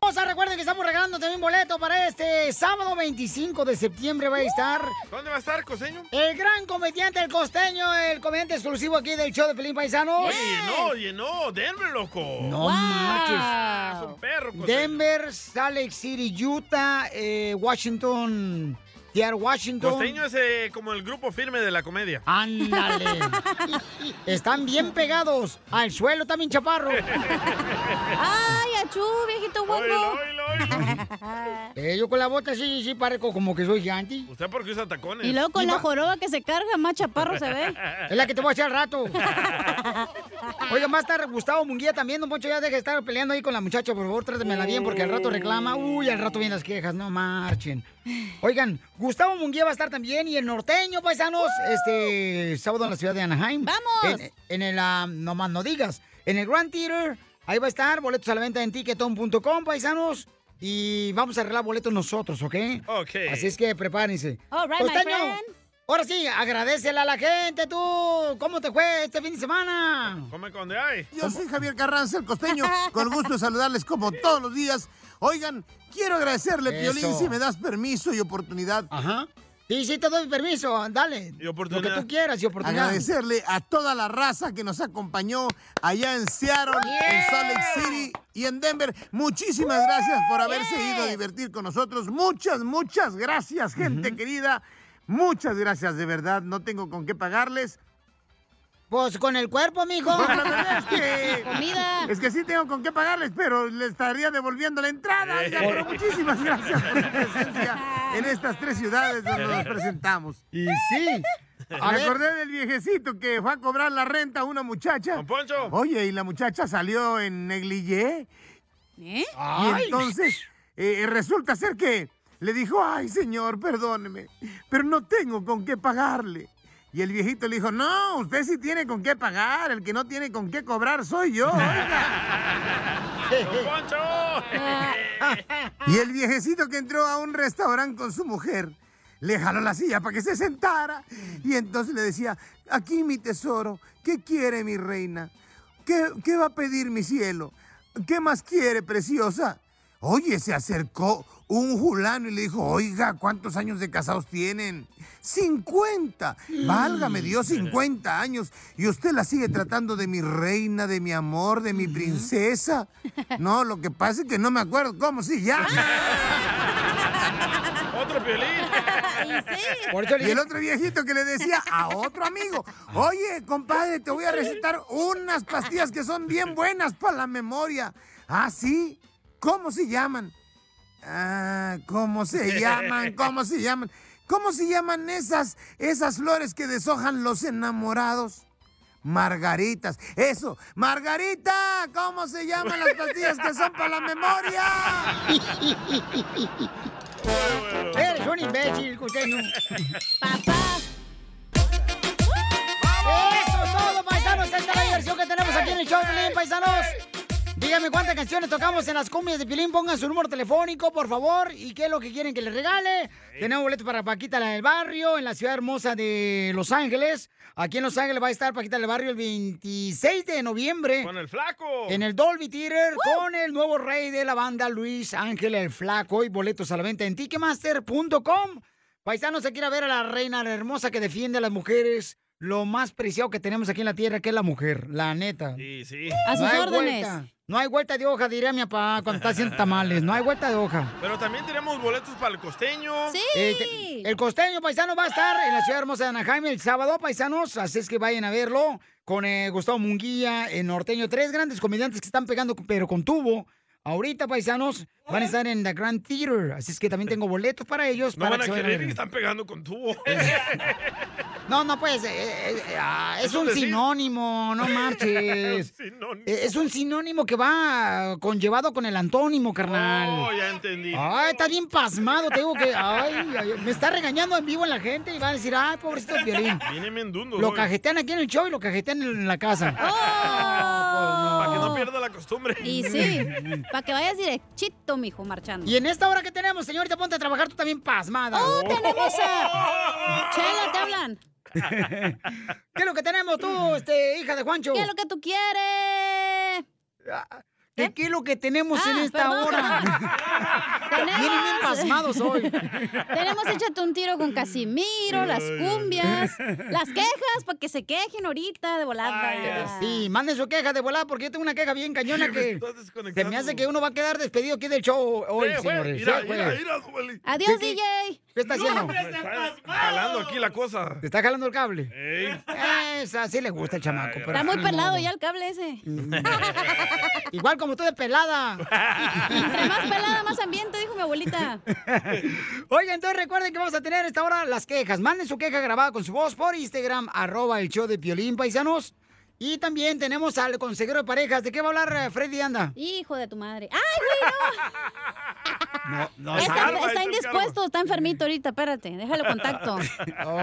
[SPEAKER 1] Vamos a recuerden que estamos regalando también boleto para este sábado 25 de septiembre va a estar
[SPEAKER 13] ¿Dónde va a estar, costeño?
[SPEAKER 1] el gran comediante, el costeño, el comediante exclusivo aquí del show de Pelín Paisano.
[SPEAKER 3] Oye, llenó, llenó. Denver, loco.
[SPEAKER 1] No manches.
[SPEAKER 3] Es un perro, costeño.
[SPEAKER 1] Denver, Salt Lake City, Utah, eh, Washington, Seattle, Washington.
[SPEAKER 3] Costeño es eh, como el grupo firme de la comedia.
[SPEAKER 1] Ándale. Están bien pegados. Al suelo también, chaparro.
[SPEAKER 4] ¡Ay, achú, viejito guapo!
[SPEAKER 1] Eh, yo con la bota sí, sí, parezco como que soy gigante.
[SPEAKER 3] ¿Usted por qué usa tacones?
[SPEAKER 4] Y luego con la
[SPEAKER 1] Iba-
[SPEAKER 4] joroba que se carga, más chaparro se ve.
[SPEAKER 1] Es la que te voy a hacer al rato. Oiga, más tarde Gustavo Munguía también, don Poncho, ya deja de estar peleando ahí con la muchacha, por favor, trátemela bien porque al rato reclama. Uy, al rato vienen las quejas, no marchen. Oigan, Gustavo Munguía va a estar también y el norteño, paisanos, este sábado en la ciudad de Anaheim.
[SPEAKER 4] ¡Vamos!
[SPEAKER 1] En, en el, ah, no más no digas, en el Grand Theater, ahí va a estar, boletos a la venta en tiquetón.com, paisanos. Y vamos a arreglar boletos nosotros, ¿ok?
[SPEAKER 3] Ok.
[SPEAKER 1] Así es que prepárense.
[SPEAKER 4] All right, my friend.
[SPEAKER 1] ahora sí, agradecele a la gente, tú. ¿Cómo te fue este fin de semana?
[SPEAKER 3] Come con de ahí.
[SPEAKER 12] Yo soy Javier Carranza, el costeño, con gusto de saludarles como todos los días. Oigan, quiero agradecerle,
[SPEAKER 1] Eso.
[SPEAKER 12] Piolín, si me das permiso y oportunidad.
[SPEAKER 1] Ajá. Sí, sí, te doy permiso, dale.
[SPEAKER 12] Y
[SPEAKER 1] oportunidad. Lo que tú quieras y oportunidad.
[SPEAKER 12] Agradecerle a toda la raza que nos acompañó allá en Seattle, en Salt Lake City y en Denver. Muchísimas gracias por haberse ido a divertir con nosotros. Muchas, muchas gracias, gente querida. Muchas gracias, de verdad. No tengo con qué pagarles.
[SPEAKER 1] Pues con el cuerpo, mijo.
[SPEAKER 12] la verdad es que,
[SPEAKER 4] Comida.
[SPEAKER 12] Es que sí tengo con qué pagarles, pero le estaría devolviendo la entrada. oiga,
[SPEAKER 1] Eh.
[SPEAKER 12] pero muchísimas gracias por su presencia en estas tres ciudades donde nos presentamos.
[SPEAKER 1] Y sí. A
[SPEAKER 12] Me
[SPEAKER 1] ver.
[SPEAKER 12] acordé del viejecito que fue a cobrar la renta a una muchacha. Oye, y la muchacha salió en negligé.
[SPEAKER 4] ¿Eh?
[SPEAKER 12] Y entonces eh, resulta ser que le dijo, ay señor, perdóneme, pero no tengo con qué pagarle. Y el viejito le dijo, no, usted sí tiene con qué pagar, el que no tiene con qué cobrar soy yo.
[SPEAKER 3] ¡Don Poncho!
[SPEAKER 12] Y el viejecito que entró a un restaurante con su mujer le jaló la silla para que se sentara. Y entonces le decía, aquí mi tesoro, ¿qué quiere mi reina? ¿Qué, qué va a pedir mi cielo? ¿Qué más quiere, preciosa? Oye, se acercó un julano y le dijo, oiga, ¿cuántos años de casados tienen? 50. Válgame Dios, 50 años. Y usted la sigue tratando de mi reina, de mi amor, de mi princesa. No, lo que pasa es que no me acuerdo cómo, sí, ya.
[SPEAKER 3] Otro violín.
[SPEAKER 1] Por eso le
[SPEAKER 12] Y el
[SPEAKER 1] dije-
[SPEAKER 12] otro viejito que le decía a otro amigo, oye, compadre, te voy a recetar unas pastillas que son bien buenas para la memoria. Ah, sí, ¿cómo se llaman? Ah, ¿cómo se llaman? ¿Cómo se llaman? ¿Cómo se llaman esas, esas flores que deshojan los enamorados? Margaritas, eso, Margarita, ¿cómo se llaman las pastillas que son para la memoria?
[SPEAKER 1] Eres un imbécil, costeño. ¡Eso es todo, paisanos! Esta es la diversión que tenemos aquí en el show de Piolín, paisanos. Díganme cuántas canciones tocamos en las cumbias de Pilín. Pongan su número telefónico, por favor. ¿Y qué es lo que quieren que les regale? Tenemos boletos para Paquita la del Barrio en la ciudad hermosa de Los Ángeles. Aquí en Los Ángeles va a estar Paquita la del Barrio el 26 de noviembre.
[SPEAKER 3] Con el flaco.
[SPEAKER 1] En el Dolby Theater con el nuevo rey de la banda, Luis Ángel el Flaco. Y boletos a la venta en Ticketmaster.com. Paisano se quiere ver a la reina la hermosa que defiende a las mujeres. Lo más preciado que tenemos aquí en la tierra, que es la mujer, la neta.
[SPEAKER 3] Sí, sí.
[SPEAKER 1] No hay vuelta, no hay vuelta de hoja, diría mi papá cuando está haciendo tamales. No hay vuelta de hoja.
[SPEAKER 3] Pero también tenemos boletos para el costeño.
[SPEAKER 1] Eh, te- el costeño paisano va a estar en la ciudad hermosa de Anaheim el sábado, paisanos. Así es que vayan a verlo con eh, Gustavo Munguía, el norteño. Tres grandes comediantes que están pegando, pero con tubo. Ahorita, paisanos, van a estar en The Grand Theater. Así es que también tengo boletos para ellos.
[SPEAKER 3] No
[SPEAKER 1] para
[SPEAKER 3] van a
[SPEAKER 1] que se vayan
[SPEAKER 3] querer
[SPEAKER 1] ver.
[SPEAKER 3] y están pegando con tubo.
[SPEAKER 1] No, no, pues, eh, eh, eh, ah, es
[SPEAKER 3] Eso
[SPEAKER 1] un
[SPEAKER 3] decir.
[SPEAKER 1] sinónimo, no marches.
[SPEAKER 3] Un sinónimo.
[SPEAKER 1] Eh, es un sinónimo que va eh, conllevado con el antónimo, carnal.
[SPEAKER 3] Oh, ya entendí.
[SPEAKER 1] Ay, está bien pasmado, tengo que... Ay, ay, me está regañando en vivo la gente y va a decir, ay, pobrecito el Piolín.
[SPEAKER 3] Viene mendundo.
[SPEAKER 1] Lo
[SPEAKER 3] hoy.
[SPEAKER 1] cajetean aquí en el show y lo cajetean en la casa.
[SPEAKER 3] Para que no no pierda la costumbre.
[SPEAKER 4] ¡Oh! Y sí, para que vayas directito, mijo, marchando.
[SPEAKER 1] Y en esta hora que tenemos, señorita, ponte a trabajar tú también pasmada.
[SPEAKER 4] ¡Oh, tenemos a... Chela, te hablan. Mm.
[SPEAKER 1] ¿Qué es lo que tenemos tú, este, hija de Juancho?
[SPEAKER 4] ¿Qué es lo que tú quieres? ¿Eh?
[SPEAKER 1] ¿Qué, qué es lo que tenemos
[SPEAKER 4] Ah,
[SPEAKER 1] en esta
[SPEAKER 4] perdón.
[SPEAKER 1] hora? Vienen bien pasmados hoy.
[SPEAKER 4] Tenemos échate un tiro con Casimiro, las cumbias, las quejas, para que se quejen ahorita de volada.
[SPEAKER 1] Sí, manden su queja de volada porque yo tengo una queja bien cañona que se me hace que uno va a quedar despedido aquí del show hoy,
[SPEAKER 3] Eh, güey,
[SPEAKER 1] señores.
[SPEAKER 3] mira,
[SPEAKER 1] Sí,
[SPEAKER 3] mira,
[SPEAKER 1] güey.
[SPEAKER 3] mira, Duvalín.
[SPEAKER 4] Adiós,
[SPEAKER 1] ¿Qué- qué-
[SPEAKER 4] DJ.
[SPEAKER 1] ¿Qué está haciendo?
[SPEAKER 3] Jalando aquí la cosa.
[SPEAKER 1] ¿Te está jalando el cable? Esa, así le gusta el chamaco. pero pues,
[SPEAKER 4] Está muy
[SPEAKER 1] ni
[SPEAKER 4] pelado
[SPEAKER 1] modo.
[SPEAKER 4] ya el cable ese.
[SPEAKER 1] Igual como tú de pelada.
[SPEAKER 4] Entre más pelada, más ambiente, dijo mi abuelita.
[SPEAKER 1] Oiga, entonces recuerden que vamos a tener a esta hora las quejas. Manden su queja grabada con su voz por Instagram, arroba el show de Piolín, paisanos. Y también tenemos al consejero de parejas. ¿De qué va a hablar eh, Freddy Anda?
[SPEAKER 4] Hijo de tu madre. ¡Ay,
[SPEAKER 1] No,
[SPEAKER 4] güey, no! Está, está indispuesto, está enfermito ahorita, espérate, déjalo contacto.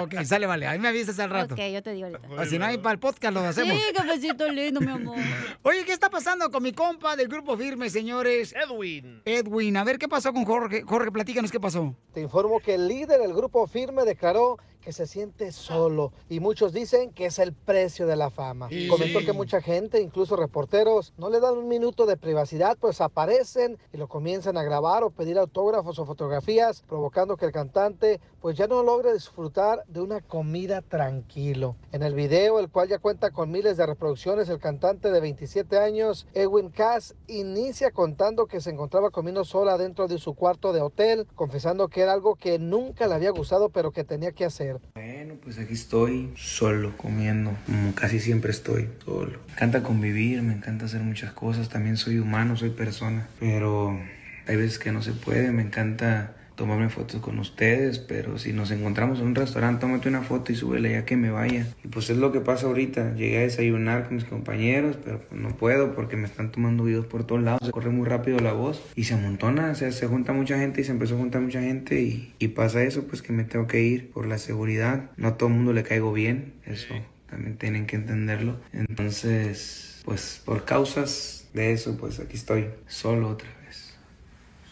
[SPEAKER 1] ok, sale, vale. Ahí me avisas al rato.
[SPEAKER 4] Ok, yo te digo ahorita.
[SPEAKER 1] O si no, hay para el podcast lo hacemos.
[SPEAKER 4] Sí, cafecito lindo, mi amor.
[SPEAKER 1] Oye, ¿qué está pasando con mi compa del grupo firme, señores? Edwin. Edwin, a ver qué pasó con Jorge. Jorge, platícanos qué pasó.
[SPEAKER 5] Te informo que el líder del grupo firme declaró que se siente solo y muchos dicen que es el precio de la fama.
[SPEAKER 13] Sí.
[SPEAKER 5] Comentó que mucha gente, incluso reporteros, no le dan un minuto de privacidad, pues aparecen y lo comienzan a grabar o pedir autógrafos o fotografías, provocando que el cantante pues ya no logre disfrutar de una comida tranquilo. En el video, el cual ya cuenta con miles de reproducciones, el cantante de 27 años, Edwin Cass, inicia contando que se encontraba comiendo sola dentro de su cuarto de hotel, confesando que era algo que nunca le había gustado pero que tenía que hacer.
[SPEAKER 14] Bueno, pues aquí estoy solo comiendo, como casi siempre estoy solo. Me encanta convivir, me encanta hacer muchas cosas, también soy humano, soy persona, pero hay veces que no se puede, me encanta tomarme fotos con ustedes, pero si nos encontramos en un restaurante, tómate una foto y súbele ya que me vaya. Y pues es lo que pasa ahorita, llegué a desayunar con mis compañeros, pero pues no puedo porque me están tomando videos por todos lados, se corre muy rápido la voz y se amontona, o sea, se junta mucha gente y se empezó a juntar mucha gente y, y pasa eso, pues que me tengo que ir por la seguridad, no a todo el mundo le caigo bien, eso también tienen que entenderlo. Entonces, pues por causas de eso, pues aquí estoy, solo otra vez,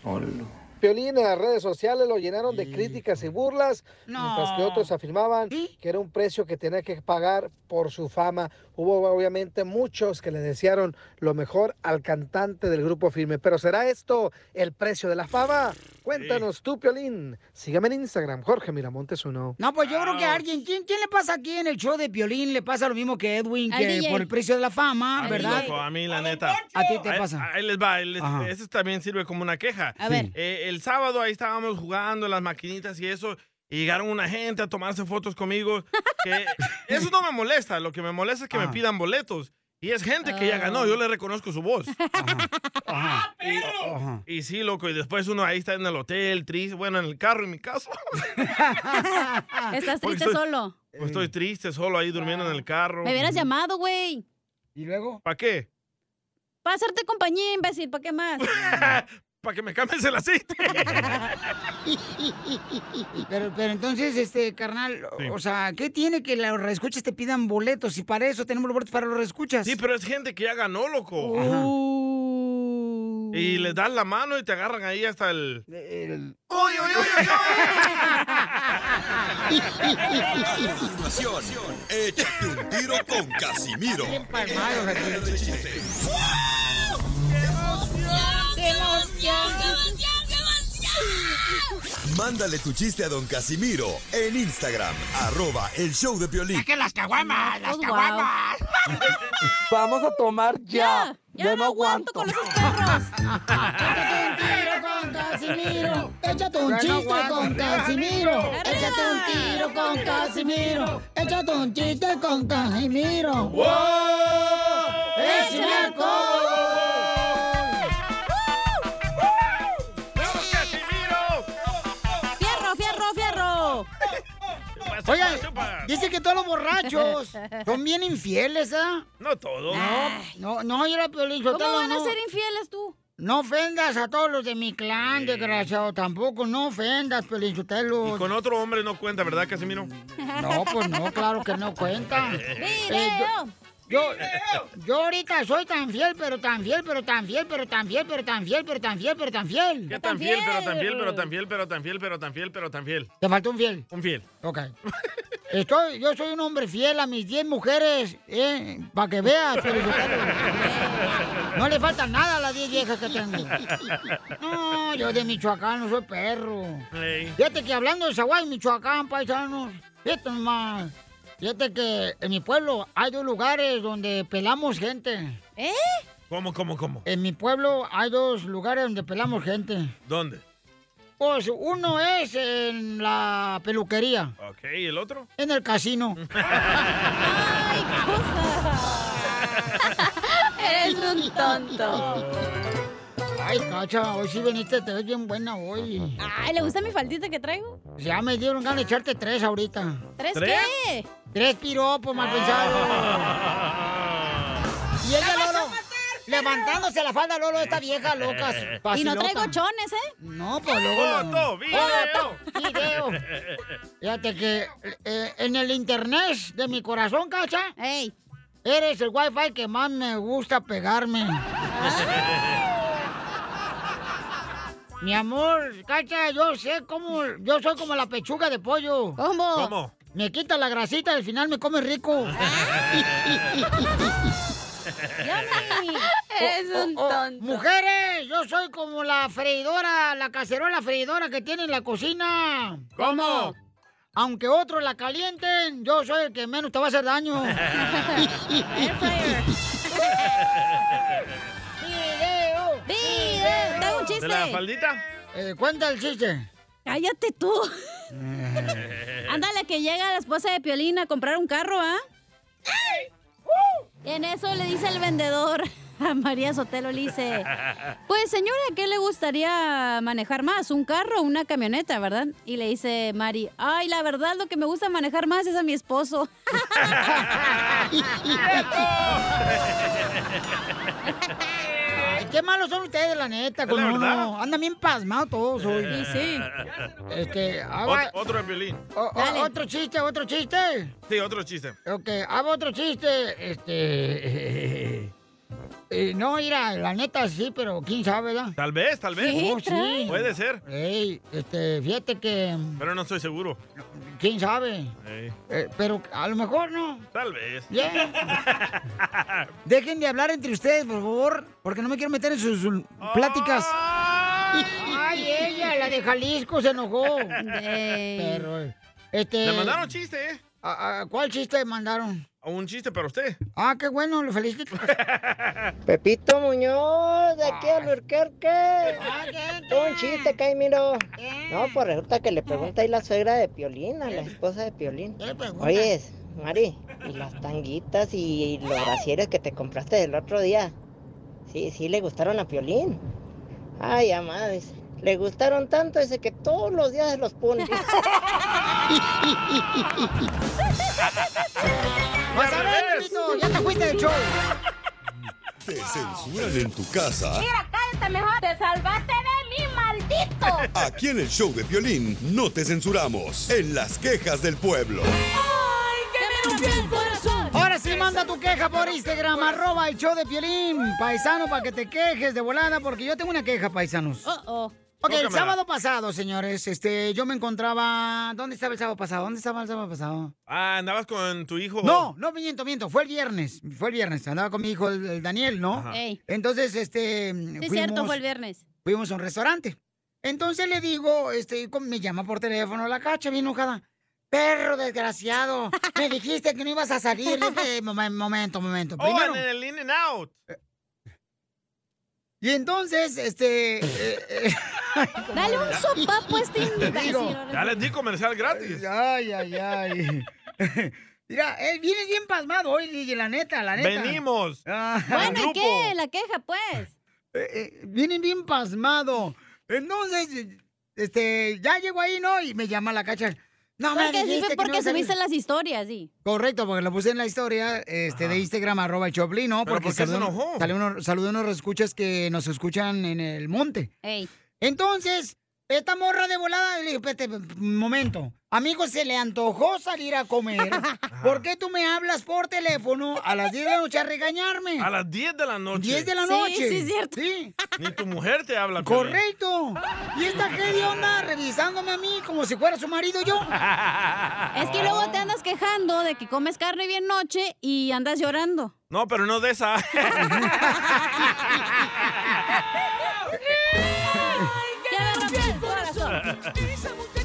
[SPEAKER 14] solo.
[SPEAKER 5] Piolín en las redes sociales lo llenaron de críticas y burlas,
[SPEAKER 1] No.
[SPEAKER 5] mientras que otros afirmaban que era un precio que tenía que pagar por su fama. Hubo obviamente muchos que le desearon lo mejor al cantante del grupo firme. Pero ¿será esto el precio de la fama? Cuéntanos tú, Piolín. Sígame en Instagram, Jorge Miramontes uno.
[SPEAKER 1] No, pues yo creo
[SPEAKER 3] Ah.
[SPEAKER 1] que a alguien, ¿quién, quién le pasa aquí en el show de Piolín? Le pasa lo mismo que Edwin,
[SPEAKER 3] Al
[SPEAKER 1] que
[SPEAKER 3] DJ.
[SPEAKER 1] por el precio de la fama,
[SPEAKER 3] A mí,
[SPEAKER 1] Ah, ¿verdad?
[SPEAKER 3] loco, a mí, la neta.
[SPEAKER 1] ¿A ti te
[SPEAKER 3] Ahí-
[SPEAKER 1] pasa?
[SPEAKER 3] Ahí, les va. ahí les-
[SPEAKER 1] Ajá.
[SPEAKER 3] ese también sirve como una queja.
[SPEAKER 1] A ver. Sí.
[SPEAKER 3] Eh, el sábado ahí estábamos jugando las maquinitas y eso. Y llegaron una gente a tomarse fotos conmigo. que- eso no me molesta. Lo que me molesta es que
[SPEAKER 1] Ah.
[SPEAKER 3] me pidan boletos. Y es gente que ya
[SPEAKER 1] Oh.
[SPEAKER 3] ganó. Yo le reconozco su voz. Ah, Y, y sí, loco. Y después uno ahí está en el hotel, triste. Bueno, en el carro, en mi caso.
[SPEAKER 4] Estás
[SPEAKER 3] Porque
[SPEAKER 4] triste
[SPEAKER 3] estoy-
[SPEAKER 4] solo.
[SPEAKER 3] Pues estoy triste, solo ahí durmiendo en el carro.
[SPEAKER 4] Me hubieras llamado, güey.
[SPEAKER 1] ¿Y luego?
[SPEAKER 3] ¿Para qué?
[SPEAKER 4] Para hacerte compañía, imbécil, ¿para qué más?
[SPEAKER 3] Para que me cambies el aceite.
[SPEAKER 1] Pero, pero entonces, este, carnal, o sea, ¿qué tiene que los reescuchas te pidan boletos? Y para eso tenemos los boletos para los reescuchas.
[SPEAKER 3] Sí, pero es gente que ya ganó, loco.
[SPEAKER 1] Uh.
[SPEAKER 3] Y les das la mano y te agarran ahí hasta el...
[SPEAKER 1] ¡Uy, uy, uy!
[SPEAKER 7] A continuación, échate un tiro con Casimiro. Mándale tu chiste a don Casimiro en Instagram, arroba el show de Piolín.
[SPEAKER 1] las caguamas!
[SPEAKER 7] las
[SPEAKER 1] caguamas!
[SPEAKER 12] Vamos a tomar ya.
[SPEAKER 7] Ya, ya no aguanto.
[SPEAKER 1] con Casimiro. Échate un chiste con Casimiro. Échate un tiro con Casimiro. Échate un chiste con Casimiro.
[SPEAKER 7] ¡Wow!
[SPEAKER 1] ¡Échame
[SPEAKER 4] ¡Fierro, fierro, fierro!
[SPEAKER 1] Oye, dice que todos los borrachos son bien infieles, ¿ah?
[SPEAKER 3] No todos.
[SPEAKER 1] No, no, no, yo la Piolín
[SPEAKER 4] ¿Cómo
[SPEAKER 1] Sotelo,
[SPEAKER 4] van a
[SPEAKER 1] no.
[SPEAKER 4] ser infieles tú?
[SPEAKER 1] No ofendas a todos los de mi clan, desgraciado. Tampoco, no ofendas, Piolín Sotelo.
[SPEAKER 3] Y con otro hombre no cuenta, ¿verdad, Casimiro?
[SPEAKER 1] No, pues no, claro que no cuenta.
[SPEAKER 3] Video.
[SPEAKER 1] yo- Yo, eh, yo ahorita soy tan fiel, pero tan fiel, pero tan fiel, pero tan fiel, pero tan fiel, pero tan fiel, pero tan fiel.
[SPEAKER 3] ¿Qué tan fiel, pero tan fiel, pero tan fiel, pero tan fiel, pero tan fiel, pero tan fiel?
[SPEAKER 1] eh, Te faltó un fiel.
[SPEAKER 3] Un fiel.
[SPEAKER 1] Ok. Estoy, yo soy un hombre fiel a mis 10 mujeres, ¿eh? Para que veas, Felicitelo. No le falta nada a las 10 viejas que tengo. No, yo de Michoacán no soy perro.
[SPEAKER 3] Ey.
[SPEAKER 1] Fíjate que hablando de Zaguay, Michoacán, paisanos, fíjate nomás. Fíjate que en mi pueblo hay dos lugares donde pelamos gente. ¿Eh?
[SPEAKER 3] ¿Cómo, cómo, cómo?
[SPEAKER 1] En mi pueblo hay dos lugares donde pelamos gente.
[SPEAKER 3] ¿Dónde?
[SPEAKER 1] Pues uno es en la peluquería,
[SPEAKER 3] Ok, ¿y el otro?
[SPEAKER 1] en el casino.
[SPEAKER 4] Eres un tonto.
[SPEAKER 1] Ay, cacha, hoy sí veniste, te ves bien buena hoy.
[SPEAKER 4] Ay, ¿le gusta mi faldita que traigo?
[SPEAKER 1] Pues Ya me dieron ganas de echarte tres ahorita.
[SPEAKER 4] ¿Tres qué?
[SPEAKER 1] Tres piropos, mal pensado. Y ella, Lolo, levantándose la falda, Lolo, esta vieja loca.
[SPEAKER 4] Y no traigo
[SPEAKER 1] facilota.
[SPEAKER 4] chones, ¿eh?
[SPEAKER 1] No, pues luego... lo-
[SPEAKER 4] Foto, video.
[SPEAKER 1] Foto, video. Fíjate que eh, en el internet de mi corazón, cacha, eres el wifi que más me gusta pegarme.
[SPEAKER 4] Ah.
[SPEAKER 1] Mi amor, cacha, yo sé cómo, yo soy como la pechuga de pollo. ¿Cómo?
[SPEAKER 3] ¿Cómo?
[SPEAKER 1] Me quita la grasita y al final me come rico.
[SPEAKER 4] Eres un tonto.
[SPEAKER 1] Oh, Mujeres, yo soy como la freidora, la cacerola freidora que tiene en la cocina. ¿Cómo? Aunque otros la calienten, yo soy el que menos te va a hacer daño. ¡Video!
[SPEAKER 4] ¡Video! eh, Tengo un chiste.
[SPEAKER 3] ¿De la faldita?
[SPEAKER 1] Eh, cuenta el chiste.
[SPEAKER 4] Cállate tú. Ándale, que llega la esposa de Piolín a comprar un carro, ¿ah? En eso le dice el vendedor a María Sotelo, le dice... Pues señora, ¿qué le gustaría manejar más? ¿Un carro o una camioneta, verdad? Y le dice Mari, ay, la verdad lo que me gusta manejar más es a mi esposo.
[SPEAKER 1] Ay, qué malos son ustedes, la neta.
[SPEAKER 3] Es
[SPEAKER 1] con
[SPEAKER 3] la
[SPEAKER 1] uno.
[SPEAKER 3] verdad.
[SPEAKER 1] Andan bien pasmados todos hoy. Este, ah, va-
[SPEAKER 3] Ot- Otro de violín.
[SPEAKER 1] O- o- Oh, otro chiste, otro chiste.
[SPEAKER 3] Sí, otro chiste.
[SPEAKER 1] Ok, hago otro chiste. Este. eh, no, mira, la neta sí, pero quién sabe, ¿verdad?
[SPEAKER 3] Tal vez, tal vez.
[SPEAKER 1] Oh, sí.
[SPEAKER 3] Puede ser,
[SPEAKER 1] Ey, este, fíjate que.
[SPEAKER 3] pero no estoy seguro.
[SPEAKER 1] ¿Quién sabe?
[SPEAKER 3] Ey.
[SPEAKER 1] Eh, pero a lo mejor no.
[SPEAKER 3] Tal vez.
[SPEAKER 1] Bien. Dejen de hablar entre ustedes, por favor, porque no me quiero meter en sus um, pláticas. Ay, ella, la de Jalisco se enojó. Pero, este.
[SPEAKER 3] Le mandaron chiste, ¿eh?
[SPEAKER 1] ¿A- a- ¿Cuál chiste mandaron?
[SPEAKER 3] Un chiste para usted.
[SPEAKER 1] Ah, qué bueno, lo felicito.
[SPEAKER 13] Pepito Muñoz, de aquí a Lurquerque. Un chiste, Caimiro. No, pues resulta que le pregunta ahí la suegra de Piolín, a la esposa de Piolín. Oye, Mari, ¿y las tanguitas y los brasieres que te compraste el otro día? Sí, sí, le gustaron a Piolín. Ay, amada, dice, le gustaron tanto, dice que todos los días se los pone.
[SPEAKER 1] Vas a ver, Pepito, ya te fuiste del show.
[SPEAKER 7] Te censuran en tu casa.
[SPEAKER 4] cállate mejor. Te salvaste de mí, maldito.
[SPEAKER 7] Aquí en el show de violín no te censuramos. En las quejas del pueblo.
[SPEAKER 1] Ahora sí, manda tu queja por Instagram, arroba el show de Piolín, paisano, para que te quejes de volada, porque yo tengo una queja, paisanos.
[SPEAKER 4] Oh,
[SPEAKER 1] Ok, el
[SPEAKER 4] Tócamela.
[SPEAKER 1] sábado pasado, señores, este, yo me encontraba... ¿Dónde estaba el sábado pasado? ¿Dónde estaba el sábado pasado?
[SPEAKER 3] Ah, andabas con tu hijo.
[SPEAKER 1] No, no, miento, miento, fue el viernes, fue el viernes, andaba con mi hijo, el, el Daniel, ¿no?
[SPEAKER 4] Ey.
[SPEAKER 1] Entonces, este,
[SPEAKER 4] Sí, es
[SPEAKER 1] fuimos-
[SPEAKER 4] cierto, fue el viernes.
[SPEAKER 1] fuimos a un restaurante. Entonces le digo, este, y con- me llama por teléfono la cacha, bien enojada. Perro desgraciado, me dijiste que no ibas a salir. Le dije, "Eh, "Momen- momento, momento.
[SPEAKER 3] Oh,
[SPEAKER 1] Primero.
[SPEAKER 3] en el in and out.
[SPEAKER 1] Eh, Y entonces, este.
[SPEAKER 4] Dale un sopapo a este
[SPEAKER 1] Digo,
[SPEAKER 3] Ya les di comercial gratis.
[SPEAKER 1] Ay, ay, ay. Mira, él viene bien pasmado hoy, DJ, la neta, la neta.
[SPEAKER 3] Venimos.
[SPEAKER 1] Ah.
[SPEAKER 4] Bueno, ¿y qué? La queja, pues.
[SPEAKER 1] eh, eh, viene bien pasmado. Entonces, eh, este, ya llego ahí, ¿no? Y me llama la cacha. No, me
[SPEAKER 4] porque sí,
[SPEAKER 1] dijiste que
[SPEAKER 4] porque
[SPEAKER 1] no ibas a
[SPEAKER 4] subiste
[SPEAKER 1] salir".
[SPEAKER 4] las historias, sí.
[SPEAKER 1] Correcto, porque lo puse en la historia este, de Instagram, arroba el Choplin, ¿no?
[SPEAKER 3] ¿Pero por qué se
[SPEAKER 1] saludó-
[SPEAKER 3] enojó?
[SPEAKER 1] salió uno- saludó unos escuchas que nos escuchan en el monte.
[SPEAKER 4] Ey.
[SPEAKER 1] Entonces, esta morra de volada, le dije, espérate, un momento. Amigo, se le antojó salir a comer. ¿Por qué tú me hablas por teléfono a las 10 de la noche a regañarme?
[SPEAKER 3] A las 10 de la noche.
[SPEAKER 1] 10 de la noche. Sí.
[SPEAKER 3] Ni tu mujer te habla. Piolín.
[SPEAKER 1] Correcto. Y esta onda revisándome a mí como si fuera su marido yo.
[SPEAKER 4] Es que luego te andas quejando de que comes carne bien noche y andas llorando.
[SPEAKER 3] No, pero no de esa.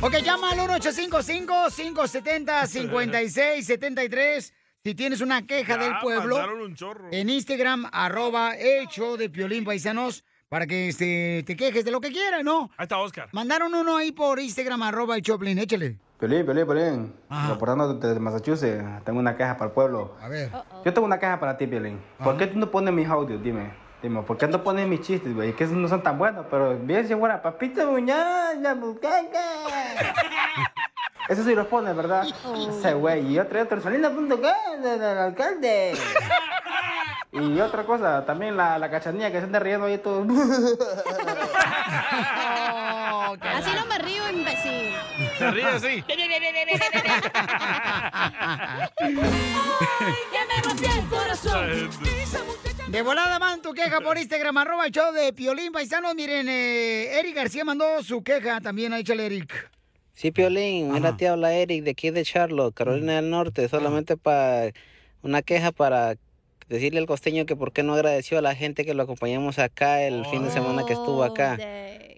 [SPEAKER 1] Ok, llama al 1-855-570-5673. Si tienes una queja
[SPEAKER 3] Ya,
[SPEAKER 1] del pueblo,
[SPEAKER 3] Ah, mandaron un chorro.
[SPEAKER 1] en Instagram, arroba el show de Piolín Paisanos, para que este, te quejes de lo que quieras, ¿no?
[SPEAKER 3] Ahí está Oscar.
[SPEAKER 1] Mandaron uno ahí por Instagram, arroba el Choplin, échale.
[SPEAKER 15] Piolín, Piolín, Piolín. Reportando desde Massachusetts, tengo una queja para el pueblo.
[SPEAKER 1] A ver.
[SPEAKER 15] Yo tengo una queja para ti, Piolín. ¿Por qué tú no pones mis audios? Dime. Dime, ¿por qué no pones mis chistes, güey? Que esos no son tan buenos, pero bien si fuera papita muñaña, bucaca. Eso sí los pones, ¿verdad? Ese güey. Y otro, otro, salina.com, del alcalde. Y otra cosa, también la, la cachanilla que se anda riendo ahí todo.
[SPEAKER 1] Oh,
[SPEAKER 4] Así no me río, imbécil.
[SPEAKER 15] Se ríe así.
[SPEAKER 1] De volada man tu queja por Instagram, arroba el show de Piolín Paisanos. Miren, eh, Eric García mandó su queja también, ahí, échale Eric.
[SPEAKER 16] Sí, Piolín, mira, te habla Eric de aquí de Charlotte, Carolina del Norte, solamente para una queja para decirle al costeño que por qué no agradeció a la gente que lo acompañamos acá el fin de semana que estuvo acá.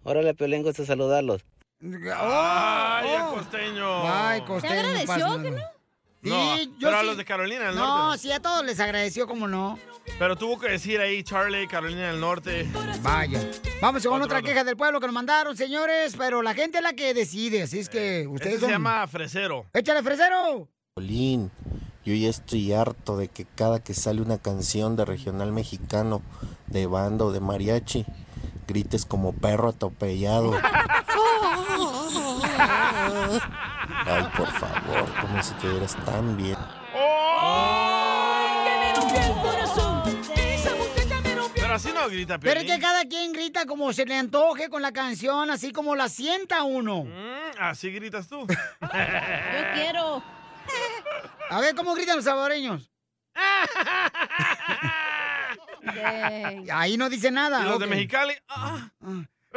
[SPEAKER 16] Órale, Piolín, gusto saludarlos.
[SPEAKER 3] Ay, el costeño.
[SPEAKER 1] Oh, Ay, costeño.
[SPEAKER 4] ¿Te agradeció
[SPEAKER 1] pásame.
[SPEAKER 4] que no?
[SPEAKER 3] No,
[SPEAKER 1] Sí, yo
[SPEAKER 3] pero a
[SPEAKER 1] sí.
[SPEAKER 3] los de Carolina del Norte.
[SPEAKER 1] No, sí, a todos les agradeció, como no.
[SPEAKER 3] Pero tuvo que decir ahí Charlie, Carolina del Norte.
[SPEAKER 1] Vaya. Vamos con otra queja del pueblo que nos mandaron, señores, pero la gente es la que decide, así es que ustedes
[SPEAKER 3] Este se
[SPEAKER 1] son-
[SPEAKER 3] llama Fresero.
[SPEAKER 1] ¡Échale, fresero!
[SPEAKER 17] Piolín, yo ya estoy harto de que cada que sale una canción de regional mexicano, de banda o de mariachi, grites como perro atropellado. Ay, por favor, como si te vieras tan bien.
[SPEAKER 3] Pero así no grita
[SPEAKER 1] Pero es
[SPEAKER 3] Piolín.
[SPEAKER 1] que cada quien grita como se le antoje con la canción, así como la sienta uno.
[SPEAKER 3] Mm, Así gritas tú.
[SPEAKER 4] Yo quiero.
[SPEAKER 1] A ver cómo gritan los salvadoreños. Ahí no dice nada.
[SPEAKER 3] Y los de
[SPEAKER 1] ok.
[SPEAKER 3] Mexicali.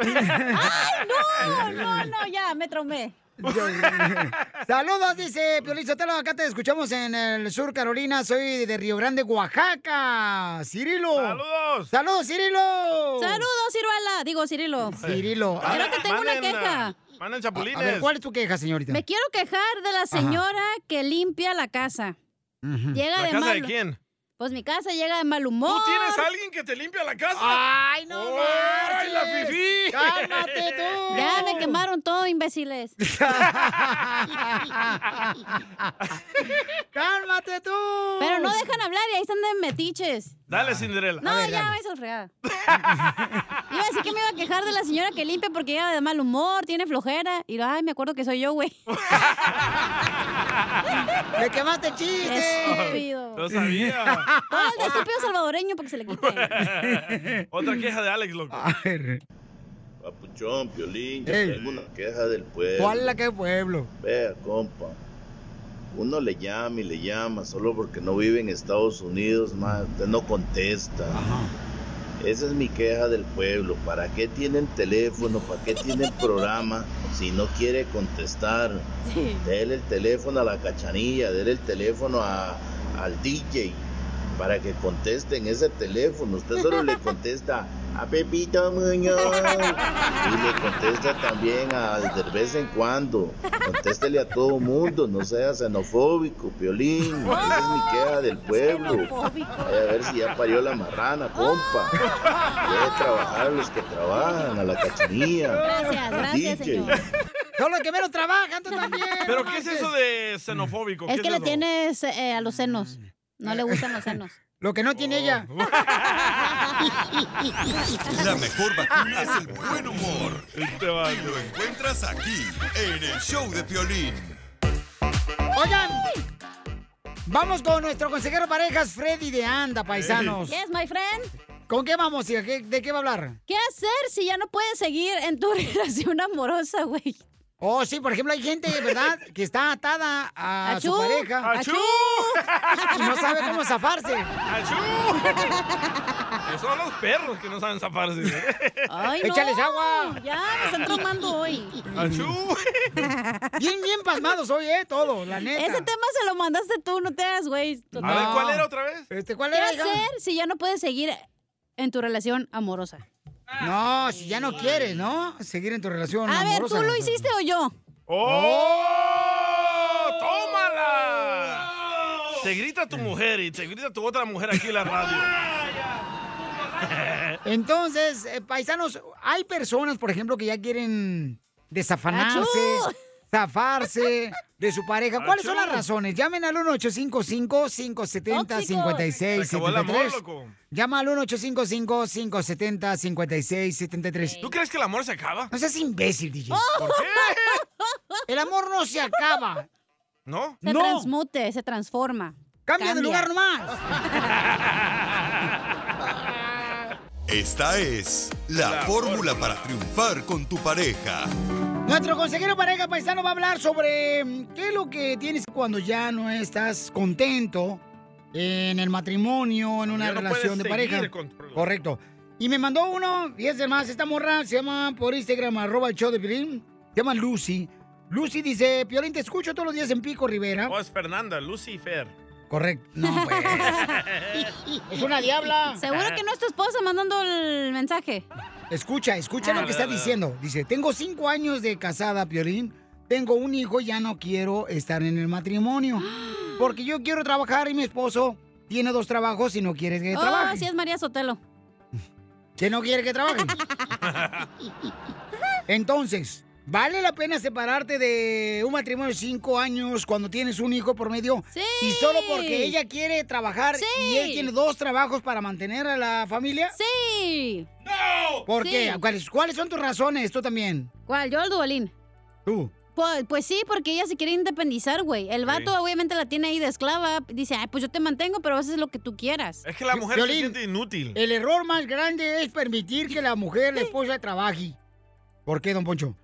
[SPEAKER 4] ¡Ay, no! No, no, ya, me tromé.
[SPEAKER 1] Saludos, dice Piolín Sotelo. Acá te escuchamos en el sur Carolina. Soy de Río Grande, Oaxaca. Cirilo.
[SPEAKER 3] Saludos.
[SPEAKER 1] Saludos, Cirilo.
[SPEAKER 4] Saludos, Ciruela. Digo, Cirilo.
[SPEAKER 1] Cirilo. A
[SPEAKER 4] Creo que tengo una queja.
[SPEAKER 3] Mandan
[SPEAKER 1] ver,
[SPEAKER 3] chapulines.
[SPEAKER 1] a ver, ¿cuál es tu queja, señorita?
[SPEAKER 4] Me quiero quejar de la señora que limpia la casa.
[SPEAKER 1] Ujú.
[SPEAKER 4] Llega
[SPEAKER 3] ¿La
[SPEAKER 4] de
[SPEAKER 3] casa de
[SPEAKER 4] mal-
[SPEAKER 3] quién?
[SPEAKER 4] Pues mi casa llega de mal humor.
[SPEAKER 3] ¿Tú tienes a alguien que te limpia la casa?
[SPEAKER 1] ¡Ay, no
[SPEAKER 3] ¡Ay, la
[SPEAKER 1] marches!
[SPEAKER 3] fifí!
[SPEAKER 1] ¡Cálmate tú!
[SPEAKER 4] Ya me quemaron todo, imbéciles.
[SPEAKER 1] ¡Cálmate tú!
[SPEAKER 4] Pero no dejan hablar y ahí están de metiches.
[SPEAKER 3] Dale, Cinderella.
[SPEAKER 4] No, ya me hizo fregada. Iba a decir que me iba a quejar de la señora que limpia porque llega de mal humor, tiene flojera. Y ay, me acuerdo que soy yo, güey.
[SPEAKER 1] ¡Me quemaste chiste!
[SPEAKER 4] Estúpido.
[SPEAKER 3] No sabía.
[SPEAKER 4] Todo el de estúpido salvadoreño para que se le quite.
[SPEAKER 3] Otra queja de Alex, loco.
[SPEAKER 18] Papuchón, Piolín, yo
[SPEAKER 1] Ey.
[SPEAKER 18] tengo una queja del pueblo.
[SPEAKER 1] ¿Cuál la que pueblo?
[SPEAKER 18] Vea, compa. Uno le llama y le llama solo porque no vive en Estados Unidos, más usted no contesta. Esa es mi queja del pueblo. ¿Para qué tienen teléfono? ¿Para qué tienen programa si no quiere contestar? Dele el teléfono a la cachanilla, dele el teléfono a- al DJ para que contesten ese teléfono. Usted solo le contesta a Pepito Muñoz y le contesta también a de vez en cuando. Contéstele a todo mundo, no sea xenofóbico, Piolín. Esa es mi queja del pueblo. Vaya a ver si ya parió la marrana, compa. Debe trabajar a los que trabajan, a la cachanilla.
[SPEAKER 4] Gracias, gracias, señor.
[SPEAKER 1] Son los que menos trabajan, tú también.
[SPEAKER 3] ¿Pero qué es eso de xenofóbico? ¿Qué
[SPEAKER 4] Es que
[SPEAKER 3] eso? Mm.
[SPEAKER 4] le tienes eh, a los senos. No le gustan los senos.
[SPEAKER 1] Lo que no tiene ella.
[SPEAKER 3] Oh.
[SPEAKER 7] La mejor vacuna es el buen humor. Y lo encuentras aquí, en el show de Piolín.
[SPEAKER 1] Oigan, vamos con nuestro consejero parejas, Freddy de Anda, paisanos.
[SPEAKER 4] Yes, my friend.
[SPEAKER 1] ¿Con qué vamos? hija? ¿Qué- ¿De qué va a hablar?
[SPEAKER 4] ¿Qué hacer si ya no puedes seguir en tu relación amorosa, güey?
[SPEAKER 1] Oh, sí, por ejemplo, hay gente, ¿verdad?, que está atada a
[SPEAKER 4] ¡Achú!
[SPEAKER 1] su pareja.
[SPEAKER 4] ¡Achú!
[SPEAKER 1] Y no sabe cómo zafarse.
[SPEAKER 3] Son los perros que no saben zafarse.
[SPEAKER 4] Ay, no.
[SPEAKER 1] ¡Échales agua!
[SPEAKER 4] Ya, me están traumando hoy.
[SPEAKER 3] ¡Achú!
[SPEAKER 1] Bien, bien pasmados hoy, ¿eh? Todo, la neta.
[SPEAKER 4] Ese tema se lo mandaste tú, no te das, güey.
[SPEAKER 3] A ver, ¿cuál era otra vez?
[SPEAKER 1] Este, ¿cuál
[SPEAKER 4] ¿Qué
[SPEAKER 1] era, hija?
[SPEAKER 4] hacer si ya no puedes seguir en tu relación amorosa?
[SPEAKER 1] No, si ya no quieres, ¿no? Seguir en tu relación
[SPEAKER 4] A ver,
[SPEAKER 1] amorosa.
[SPEAKER 4] ¿tú lo hiciste o yo?
[SPEAKER 3] ¡Oh! ¡Tómala! Te grita
[SPEAKER 1] Eh.
[SPEAKER 3] tu mujer y te grita tu otra mujer aquí en la radio.
[SPEAKER 1] Entonces, eh, paisanos, hay personas, por ejemplo, que ya quieren desafanarse,
[SPEAKER 4] ¡Achú!
[SPEAKER 1] zafarse de su pareja. ¿Cuáles son
[SPEAKER 4] ¡Achú!
[SPEAKER 1] las razones? Llamen al 1-855-570-5673. Llama al 1-855-570-5673.
[SPEAKER 3] ¿Tú crees que el amor se acaba?
[SPEAKER 1] No seas imbécil, DJ.
[SPEAKER 3] ¿Por
[SPEAKER 1] El amor no se acaba.
[SPEAKER 3] ¿No?
[SPEAKER 4] Se
[SPEAKER 1] No.
[SPEAKER 4] transmute, se transforma.
[SPEAKER 1] Cambia, de lugar nomás.
[SPEAKER 7] Esta es la, fórmula para triunfar con tu pareja.
[SPEAKER 1] Nuestro consejero pareja paisano va a hablar sobre mm, qué es lo que tienes cuando ya no estás contento en el matrimonio, en una
[SPEAKER 3] Ya no
[SPEAKER 1] relación
[SPEAKER 3] puedes
[SPEAKER 1] de
[SPEAKER 3] seguir
[SPEAKER 1] pareja.
[SPEAKER 3] con-
[SPEAKER 1] Correcto. Y me mandó uno, y es de más, esta morra se llama por Instagram, arroba el show de Piolín, se llama Lucy. Lucy dice, Piolín, te escucho todos los días en Pico Rivera.
[SPEAKER 3] Oh, es Fernanda, Lucy y Fer.
[SPEAKER 1] Correcto. No, pues. Es una diabla.
[SPEAKER 4] Seguro que no es tu esposa mandando el mensaje.
[SPEAKER 1] Escucha, escucha
[SPEAKER 4] Ah.
[SPEAKER 1] lo que está diciendo. Dice, tengo cinco años de casada, Piolín. Tengo un hijo y ya no quiero estar en el matrimonio. Porque yo quiero trabajar y mi esposo tiene dos trabajos y no quiere que
[SPEAKER 4] Oh,
[SPEAKER 1] trabaje.
[SPEAKER 4] sí es María Sotelo.
[SPEAKER 1] Que no quiere que trabaje. Entonces, ¿vale la pena separarte de un matrimonio de cinco años cuando tienes un hijo por medio?
[SPEAKER 4] Sí.
[SPEAKER 1] Y solo porque ella quiere trabajar
[SPEAKER 4] Sí.
[SPEAKER 1] y él tiene dos trabajos para mantener a la familia.
[SPEAKER 4] Sí.
[SPEAKER 1] No. ¿Por
[SPEAKER 4] Sí.
[SPEAKER 1] qué? ¿Cuáles, ¿Cuáles son tus razones? Tú también.
[SPEAKER 4] ¿Cuál? Yo el duolín.
[SPEAKER 1] Tú.
[SPEAKER 4] Pues, pues sí, porque ella se quiere independizar, güey. El vato obviamente la tiene ahí de esclava. Dice, ay, pues yo te mantengo, pero haces lo que tú quieras.
[SPEAKER 3] Es que la mujer se
[SPEAKER 1] Violín.
[SPEAKER 3] siente inútil.
[SPEAKER 1] El error más grande es permitir que la mujer, la esposa, trabaje. ¿Por qué, don Poncho?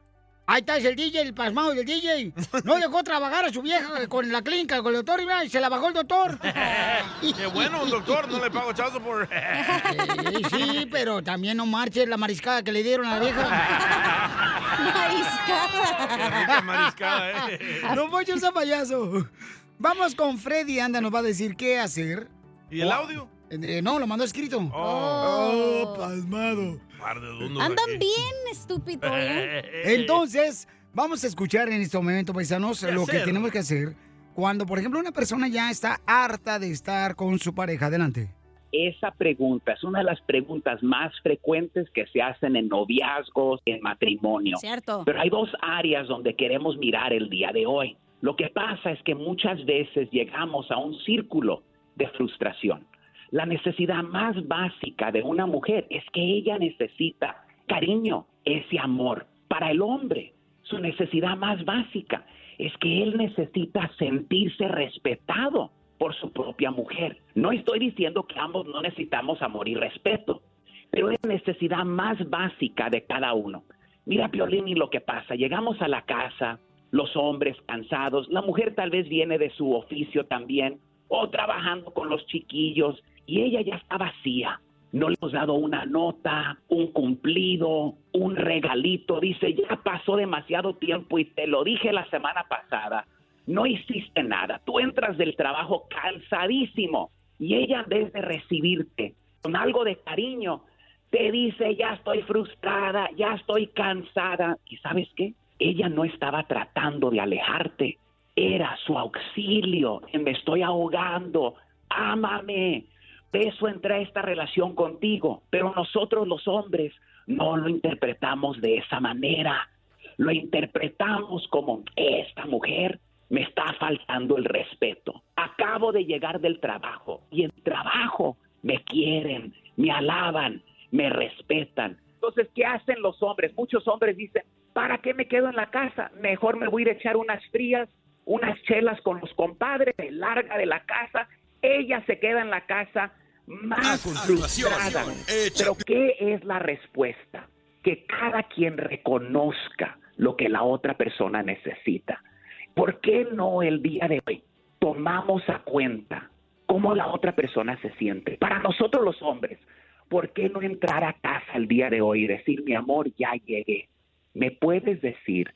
[SPEAKER 1] Ahí está es el DJ, el pasmado del DJ. No dejó trabajar a su vieja con la clínica, con el doctor, y mira, se la bajó el doctor.
[SPEAKER 3] Qué bueno, un doctor, no le pago chazo por.
[SPEAKER 1] Sí, sí, pero también no marche la mariscada que le dieron a la vieja.
[SPEAKER 3] Qué mariscada, eh.
[SPEAKER 1] No Poncho ese payaso. Vamos con Freddy, anda, nos va a decir qué hacer.
[SPEAKER 3] ¿Y el
[SPEAKER 1] O-
[SPEAKER 3] audio?
[SPEAKER 1] Eh, no, lo mandó escrito.
[SPEAKER 3] Oh.
[SPEAKER 1] Oh, pasmado.
[SPEAKER 3] Par de dundos
[SPEAKER 4] Andan
[SPEAKER 3] aquí.
[SPEAKER 4] bien, estúpido, ¿eh?
[SPEAKER 1] Entonces, vamos a escuchar en este momento, paisanos,
[SPEAKER 4] ¿Qué
[SPEAKER 1] lo que
[SPEAKER 4] hacer?
[SPEAKER 1] tenemos que hacer cuando, por ejemplo, una persona ya está harta de estar con su pareja. Adelante.
[SPEAKER 19] Esa pregunta es una de las preguntas más frecuentes que se hacen en noviazgos, en matrimonio.
[SPEAKER 4] Cierto.
[SPEAKER 19] Pero hay dos áreas donde queremos mirar el día de hoy. Lo que pasa es que muchas veces llegamos a un círculo de frustración. La necesidad más básica de una mujer es que ella necesita cariño, ese amor. Para el hombre, su necesidad más básica es que él necesita sentirse respetado por su propia mujer. No estoy diciendo que ambos no necesitamos amor y respeto, pero es la necesidad más básica de cada uno. Mira, Piolín, y lo que pasa, llegamos a la casa, los hombres cansados, la mujer tal vez viene de su oficio también, o trabajando con los chiquillos, y ella ya está vacía. No le hemos dado una nota, un cumplido, un regalito. Dice, ya pasó demasiado tiempo y te lo dije la semana pasada. No hiciste nada. Tú entras del trabajo cansadísimo y ella en vez de recibirte con algo de cariño, te dice, ya estoy frustrada, ya estoy cansada. ¿Y sabes qué? Ella no estaba tratando de alejarte, era su auxilio. Me estoy ahogando, ámame. De eso entra esta relación contigo, pero nosotros los hombres no lo interpretamos de esa manera. Lo interpretamos como esta mujer me está faltando el respeto. Acabo de llegar del trabajo y en trabajo me quieren, me alaban, me respetan. Entonces, ¿qué hacen los hombres? Muchos hombres dicen, ¿para qué me quedo en la casa? Mejor me voy a ir a echar unas frías, unas chelas con los compadres, me larga de la casa, ella se queda en la casa más frustrada. Pero ¿qué es la respuesta? Que cada quien reconozca lo que la otra persona necesita. ¿Por qué no el día de hoy tomamos a cuenta cómo la otra persona se siente? Para nosotros los hombres, ¿por qué no entrar a casa el día de hoy y decir, mi amor, ya llegué? ¿Me puedes decir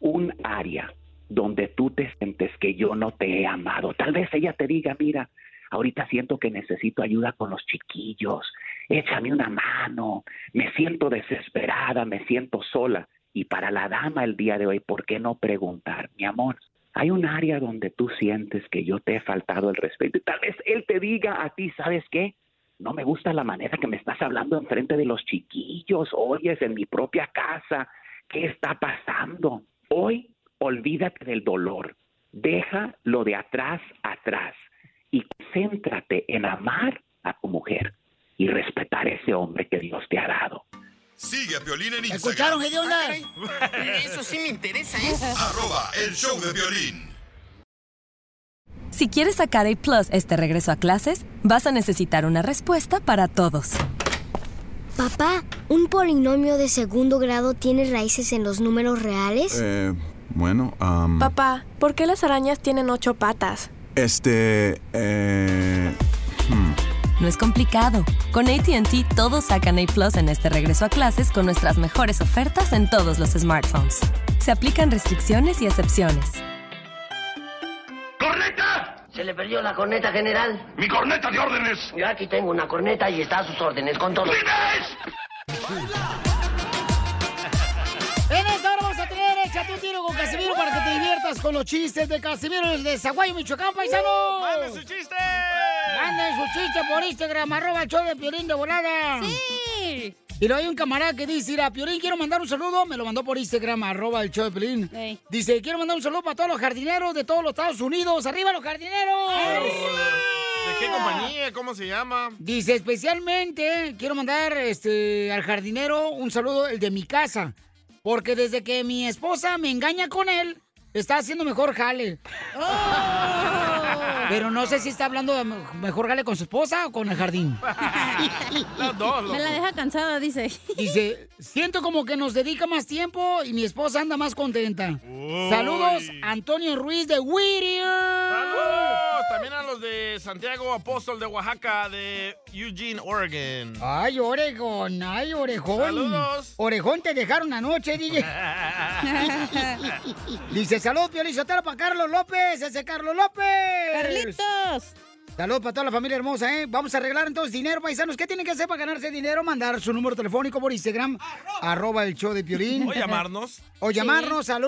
[SPEAKER 19] un área donde tú te sientes que yo no te he amado? Tal vez ella te diga, mira, ahorita siento que necesito ayuda con los chiquillos, échame una mano, me siento desesperada, me siento sola. Y para la dama el día de hoy, ¿por qué no preguntar, mi amor? Hay un área donde tú sientes que yo te he faltado el respeto. Y Tal vez él te diga a ti, ¿sabes qué? No me gusta la manera que me estás hablando enfrente de los chiquillos. Oyes en mi propia casa. ¿Qué está pasando? Hoy olvídate del dolor. Deja lo de atrás atrás y concéntrate en amar a tu mujer y respetar ese hombre que Dios te ha dado.
[SPEAKER 7] Sigue a Piolín en Instagram.
[SPEAKER 1] ¿Escucharon, Gedionda?
[SPEAKER 20] Eso sí me interesa, ¿eh?
[SPEAKER 7] Arroba el show de violín.
[SPEAKER 21] Si quieres sacar A Plus este regreso a clases, vas a necesitar una respuesta para todos.
[SPEAKER 8] Papá, ¿un polinomio de segundo grado tiene raíces en los números reales?
[SPEAKER 22] Eh, bueno, am,
[SPEAKER 23] Papá, ¿por qué las arañas tienen ocho patas?
[SPEAKER 22] este, eh, hmm.
[SPEAKER 21] No es complicado. Con ATT todos sacan A Plus en este regreso a clases con nuestras mejores ofertas en todos los smartphones. Se aplican restricciones y excepciones.
[SPEAKER 9] Se le perdió la corneta general. ¡Mi corneta de órdenes! Yo aquí tengo una corneta y está a sus órdenes con todo.
[SPEAKER 1] En esta hora vamos a tener Échate un tiro con Casimiro para que te diviertas con los chistes de Casimiro desde Zaguayo, Michoacán, paisano. ¡Manden su chiste! ¡Manden su chiste por Instagram, arroba el show de Piolín de volada! ¡Sí! Y luego hay un camarada que dice, mira, Piolín, quiero mandar un saludo. Me lo mandó por Instagram, arroba el show de Piolín. Dice, quiero mandar un saludo para todos los jardineros de todos los Estados Unidos. ¡Arriba los jardineros!
[SPEAKER 3] ¿De qué compañía? ¿Cómo se llama?
[SPEAKER 1] Dice, especialmente quiero mandar este, al jardinero un saludo, el de mi casa. Porque desde que mi esposa me engaña con él, está haciendo mejor jale. Pero no sé si está hablando de me- mejor jale con su esposa o con el jardín.
[SPEAKER 4] Me la deja cansada, dice.
[SPEAKER 1] Dice, siento como que nos dedica más tiempo y mi esposa anda más contenta. Saludos, Antonio Ruiz de Whittier.
[SPEAKER 3] ¡Saludos! También a los de Santiago Apóstol de Oaxaca, de Eugene, Oregon.
[SPEAKER 1] Ay, Oregón, ay, Orejón.
[SPEAKER 3] Saludos.
[SPEAKER 1] Orejón te dejaron anoche, DJ. Dice, salud, Piolizotero, para Carlos López, ese Carlos López. Carlitos. Salud para toda la familia hermosa, ¿eh? Vamos a arreglar entonces dinero, paisanos. ¿Qué tienen que hacer para ganarse dinero? Mandar su número telefónico por Instagram, arroba, el show de Piolín.
[SPEAKER 3] O llamarnos.
[SPEAKER 1] O
[SPEAKER 3] Sí.
[SPEAKER 1] llamarnos al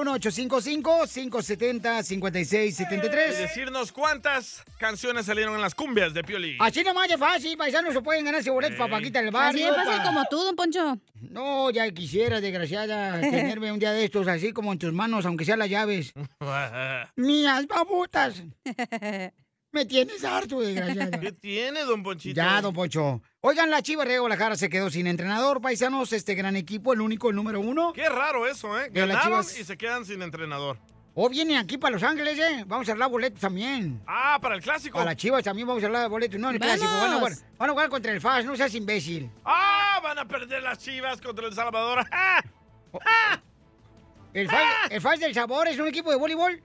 [SPEAKER 1] 1-855-570-5673.
[SPEAKER 3] Y decirnos cuántas canciones salieron en las cumbias de Pioli.
[SPEAKER 1] Así nomás de fácil, paisanos se pueden ganar ese boleto para Paquita del barrio.
[SPEAKER 3] Así de fácil como
[SPEAKER 1] tú, don Poncho. No, ya quisiera, desgraciada, tenerme un día de estos así como en tus manos, aunque sea las llaves. Mías babutas. Me tienes harto, desgraciada.
[SPEAKER 3] ¿Qué tiene, don Ponchito?
[SPEAKER 1] Ya, don Poncho. Oigan, la Chiva Rego Guadalajara se quedó sin entrenador, paisanos. Este gran equipo, el único, el número uno.
[SPEAKER 3] Qué raro eso, ¿eh?
[SPEAKER 1] De las
[SPEAKER 3] Ganaron
[SPEAKER 1] Chivas.
[SPEAKER 3] y se quedan sin entrenador.
[SPEAKER 1] O vienen aquí para Los Ángeles, ¿eh? Vamos a hablar boletos también.
[SPEAKER 3] Ah, para el clásico.
[SPEAKER 1] Para las Chivas también vamos a hablar de boletos. No, en el
[SPEAKER 3] ¡Vamos!
[SPEAKER 1] clásico. Van a, jugar, van a jugar contra el FAS, no seas imbécil.
[SPEAKER 3] Ah, van a perder las Chivas contra El Salvador.
[SPEAKER 1] El FAS, el FAS del Sabor es un equipo de voleibol.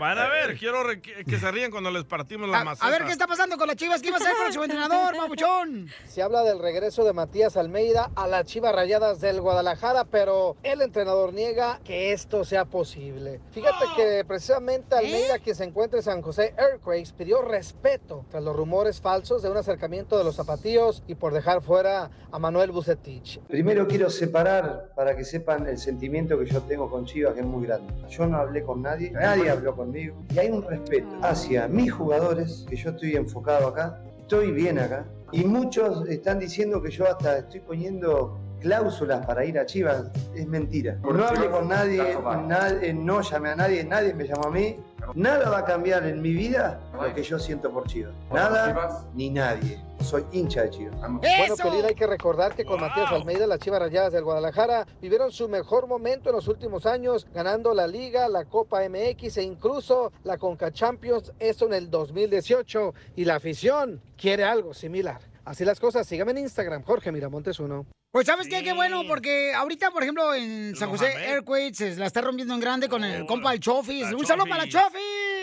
[SPEAKER 3] Van a ver, quiero re- que, que se ríen cuando les partimos las
[SPEAKER 1] Eh, A
[SPEAKER 3] macetas.
[SPEAKER 1] ver qué está pasando con las chivas. ¿Qué iba a hacer con su entrenador, papuchón?
[SPEAKER 5] Se habla del regreso de Matías Almeida a las Chivas Rayadas del Guadalajara, pero el entrenador niega que esto sea posible. Fíjate que precisamente
[SPEAKER 1] ¿Eh?
[SPEAKER 5] Almeida, quien se encuentra en San José Earthquakes, pidió respeto tras los rumores falsos de un acercamiento de los zapatillos y por dejar fuera a Manuel Bucetich.
[SPEAKER 24] Primero quiero separar para que sepan el sentimiento que yo tengo con Chivas, que es muy grande. Yo no hablé con nadie, nadie habló conmigo. Y hay un respeto hacia mis jugadores, que yo estoy enfocado acá, estoy bien acá. Y muchos están diciendo que yo hasta estoy poniendo cláusulas para ir a Chivas. Es mentira. No hablé con nadie, nadie- eh, no llamé a nadie, nadie me llamó a mí. Nada va a cambiar en mi vida lo que yo siento por Chivas. Nada ni nadie. Soy hincha de Chivas.
[SPEAKER 5] Bueno, Piolín, hay que recordar que con Matías Almeida, las Chivas Rayadas del Guadalajara vivieron su mejor momento en los últimos años, ganando la Liga, la Copa MX e incluso la Conca Champions, eso en el 2018. Y la afición quiere algo similar. Así las cosas, sígame en Instagram, Jorge Miramontes uno.
[SPEAKER 1] Pues sabes qué, qué bueno, porque ahorita, por ejemplo, en San José
[SPEAKER 5] Mohamed.
[SPEAKER 1] Airquates se la está rompiendo en grande con
[SPEAKER 3] Oh,
[SPEAKER 1] el compa el Chofis. ¡Un saludo para el Chofis!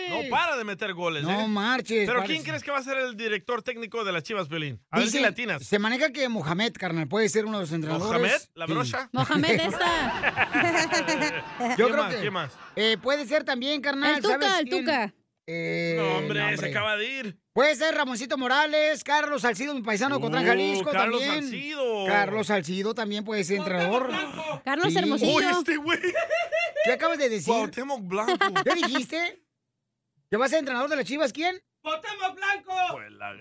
[SPEAKER 3] No para de meter goles,
[SPEAKER 1] No
[SPEAKER 3] ¿eh?
[SPEAKER 1] marches,
[SPEAKER 3] Pero
[SPEAKER 1] parece.
[SPEAKER 3] ¿quién crees que va a ser el director técnico de las Chivas, Piolín? A ver si
[SPEAKER 1] Dicen-
[SPEAKER 3] le atinas.
[SPEAKER 1] Se maneja que Mohamed, carnal, puede ser uno de los entrenadores.
[SPEAKER 3] ¿Mohamed? ¿La
[SPEAKER 1] Sí.
[SPEAKER 3] brocha?
[SPEAKER 4] Mohamed esta.
[SPEAKER 1] Yo
[SPEAKER 3] ¿Qué
[SPEAKER 1] creo
[SPEAKER 3] más?
[SPEAKER 1] que
[SPEAKER 3] ¿Qué más?
[SPEAKER 1] eh, puede ser también, carnal.
[SPEAKER 4] El Tuca,
[SPEAKER 1] ¿sabes
[SPEAKER 4] el
[SPEAKER 1] quién?
[SPEAKER 4] Tuca.
[SPEAKER 1] Eh,
[SPEAKER 3] No, hombre,
[SPEAKER 1] no,
[SPEAKER 3] se
[SPEAKER 1] hombre.
[SPEAKER 3] acaba de ir.
[SPEAKER 1] Puede ser Ramoncito Morales, Carlos Salcido, mi paisano de Cotlán,
[SPEAKER 3] Uh,
[SPEAKER 1] Jalisco
[SPEAKER 3] Carlos
[SPEAKER 1] también.
[SPEAKER 3] Salcido.
[SPEAKER 1] Carlos Salcido también puede ser entrenador.
[SPEAKER 4] Carlos
[SPEAKER 1] Sí.
[SPEAKER 4] Hermosillo.
[SPEAKER 1] Oye, este ¿Qué acabas de decir?
[SPEAKER 3] Blanco.
[SPEAKER 1] ¿Qué dijiste? ¿Que vas a ser entrenador de las Chivas? ¿Quién?
[SPEAKER 4] ¡Votamos blanco!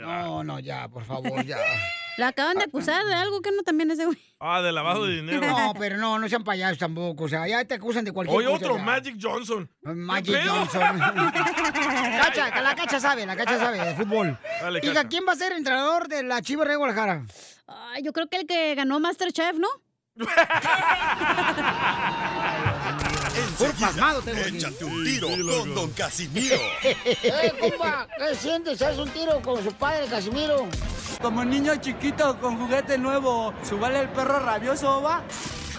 [SPEAKER 1] No, no, ya, por favor, ya.
[SPEAKER 4] Lo acaban
[SPEAKER 1] Ah,
[SPEAKER 4] de acusar de algo que no también es de güey.
[SPEAKER 3] Ah, de lavado de dinero.
[SPEAKER 1] No, pero no, no sean payasos tampoco. O sea, ya te acusan de cualquier
[SPEAKER 3] Hoy
[SPEAKER 1] cosa.
[SPEAKER 3] otro,
[SPEAKER 1] ya.
[SPEAKER 3] Magic Johnson.
[SPEAKER 1] Pues Magic
[SPEAKER 3] ¿Qué pedo?
[SPEAKER 1] Johnson. Cacha, que la cacha sabe, la cacha sabe de fútbol.
[SPEAKER 3] Dale,
[SPEAKER 1] Diga,
[SPEAKER 3] Cacha.
[SPEAKER 1] ¿quién va a ser entrenador de la Chivas de Guadalajara?
[SPEAKER 4] Ay, yo creo que el que ganó Masterchef, ¿no?
[SPEAKER 1] Por pasmado tengo aquí.
[SPEAKER 7] Échate un tiro con Don Casimiro.
[SPEAKER 2] ¡Eh, compa! ¿Qué sientes? ¿Haz un tiro con su padre, Casimiro?
[SPEAKER 6] Como niño chiquito con juguete nuevo, subale el perro rabioso, va.